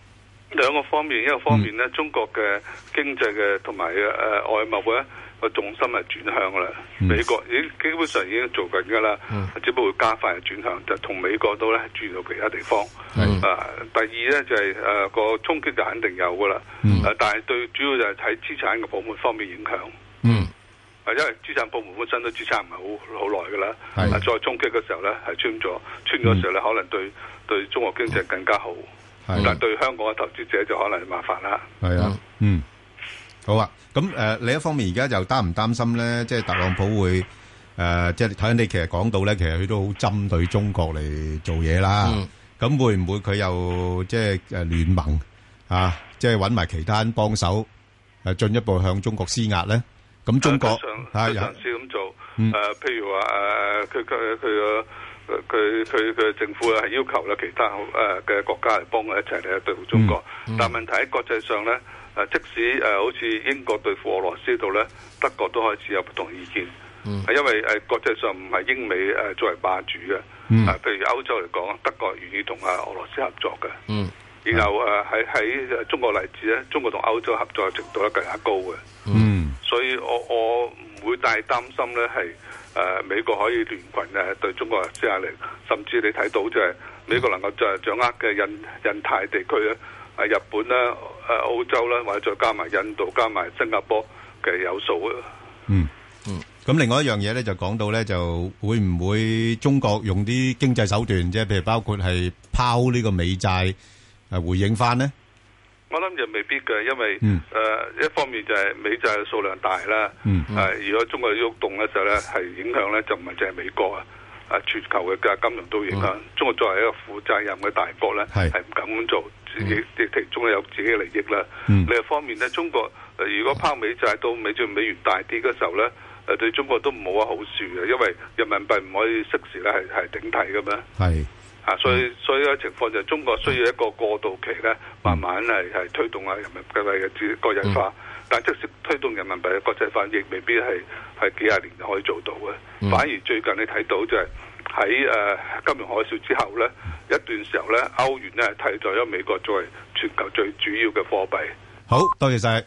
兩個方面，一個方面咧，中國嘅經濟嘅同埋誒外貿咧個重心係轉向啦。美國已經基本上已經做緊㗎啦，只不過加快嘅轉向，就同美國都咧轉到其他地方。啊，第二咧就係誒呃個衝擊就肯定有㗎啦。啊但係最主要就係睇資產嘅泡沫方面影響。
嗯。
啊，因為資產泡沫本身都資產唔係好好耐㗎啦，啊再衝擊嘅時候咧係穿咗，穿咗嘅時候咧可能對對中國經濟更加好。
係
但對香港嘅投資者就可能麻煩啦。
係啊，嗯，好啊。咁誒、呃另一方面而家又擔唔擔心咧？即係特朗普會誒、呃即係睇你其實講到咧，其實佢都好針對中國嚟做嘢啦。咁、會唔會佢又即係誒聯盟啊？即係揾埋其他人幫手誒，進一步向中國施壓咧？咁中國
佢
啊，有
嘗試咁做。
嗯
誒、譬如話誒，佢佢佢個。誒佢佢佢政府係要求咧其他誒嘅國家嚟幫佢一齊嚟對付中國，
嗯嗯
但問題喺國際上咧，誒即使誒好似英國對付俄羅斯度咧，德國都開始有不同意見，
嗯
係因為誒國際上唔係英美誒作為霸主嘅，
嗯
啊譬如歐洲嚟講，德國願意同啊俄羅斯合作嘅，
嗯
然後誒喺喺中國例子咧，中國同歐洲合作嘅程度咧更加高嘅。
嗯
所以我我唔會太擔心咧，係誒、呃美國可以聯群誒對中國施壓力，甚至你睇到就係美國能夠就掌握嘅印印太地區咧，誒日本啦、誒澳洲啦，或者再加埋印度、加埋新加坡嘅有數啊。
嗯咁另外一樣嘢咧，就講到咧，就會唔會中國用啲經濟手段，即係譬如包括係拋呢個美債，誒回應翻咧？
我諗就未必嘅，因為誒、
嗯
呃一方面就係美債嘅數量大啦，誒、啊
嗯嗯
如果中國喐動嘅時候咧，係影響咧就唔係淨係美國啊，啊全球嘅嘅金融都影響。中國作為一個負責任嘅大國咧，
哦係
係唔敢咁做，自己亦其中有自己嘅利益啦。
嗯
另一方面咧，中國、呃如果拋美債到美最美元大跌嘅時候咧。誒對中國都冇乜好處嘅，因為人民幣唔可以適時咧係係頂替嘅嘛。
係
啊，所以所以嘅情況就係中國需要一個過渡期咧，慢慢係係推動啊人民幣嘅自國際化。但即使推動人民幣嘅國際化，亦未必係係幾廿年就可以做到嘅。
嗯
反而最近你睇到就係喺誒金融海嘯之後咧，一段時候咧，歐元咧係替代咗美國作為全球最主要嘅貨幣。
好多謝晒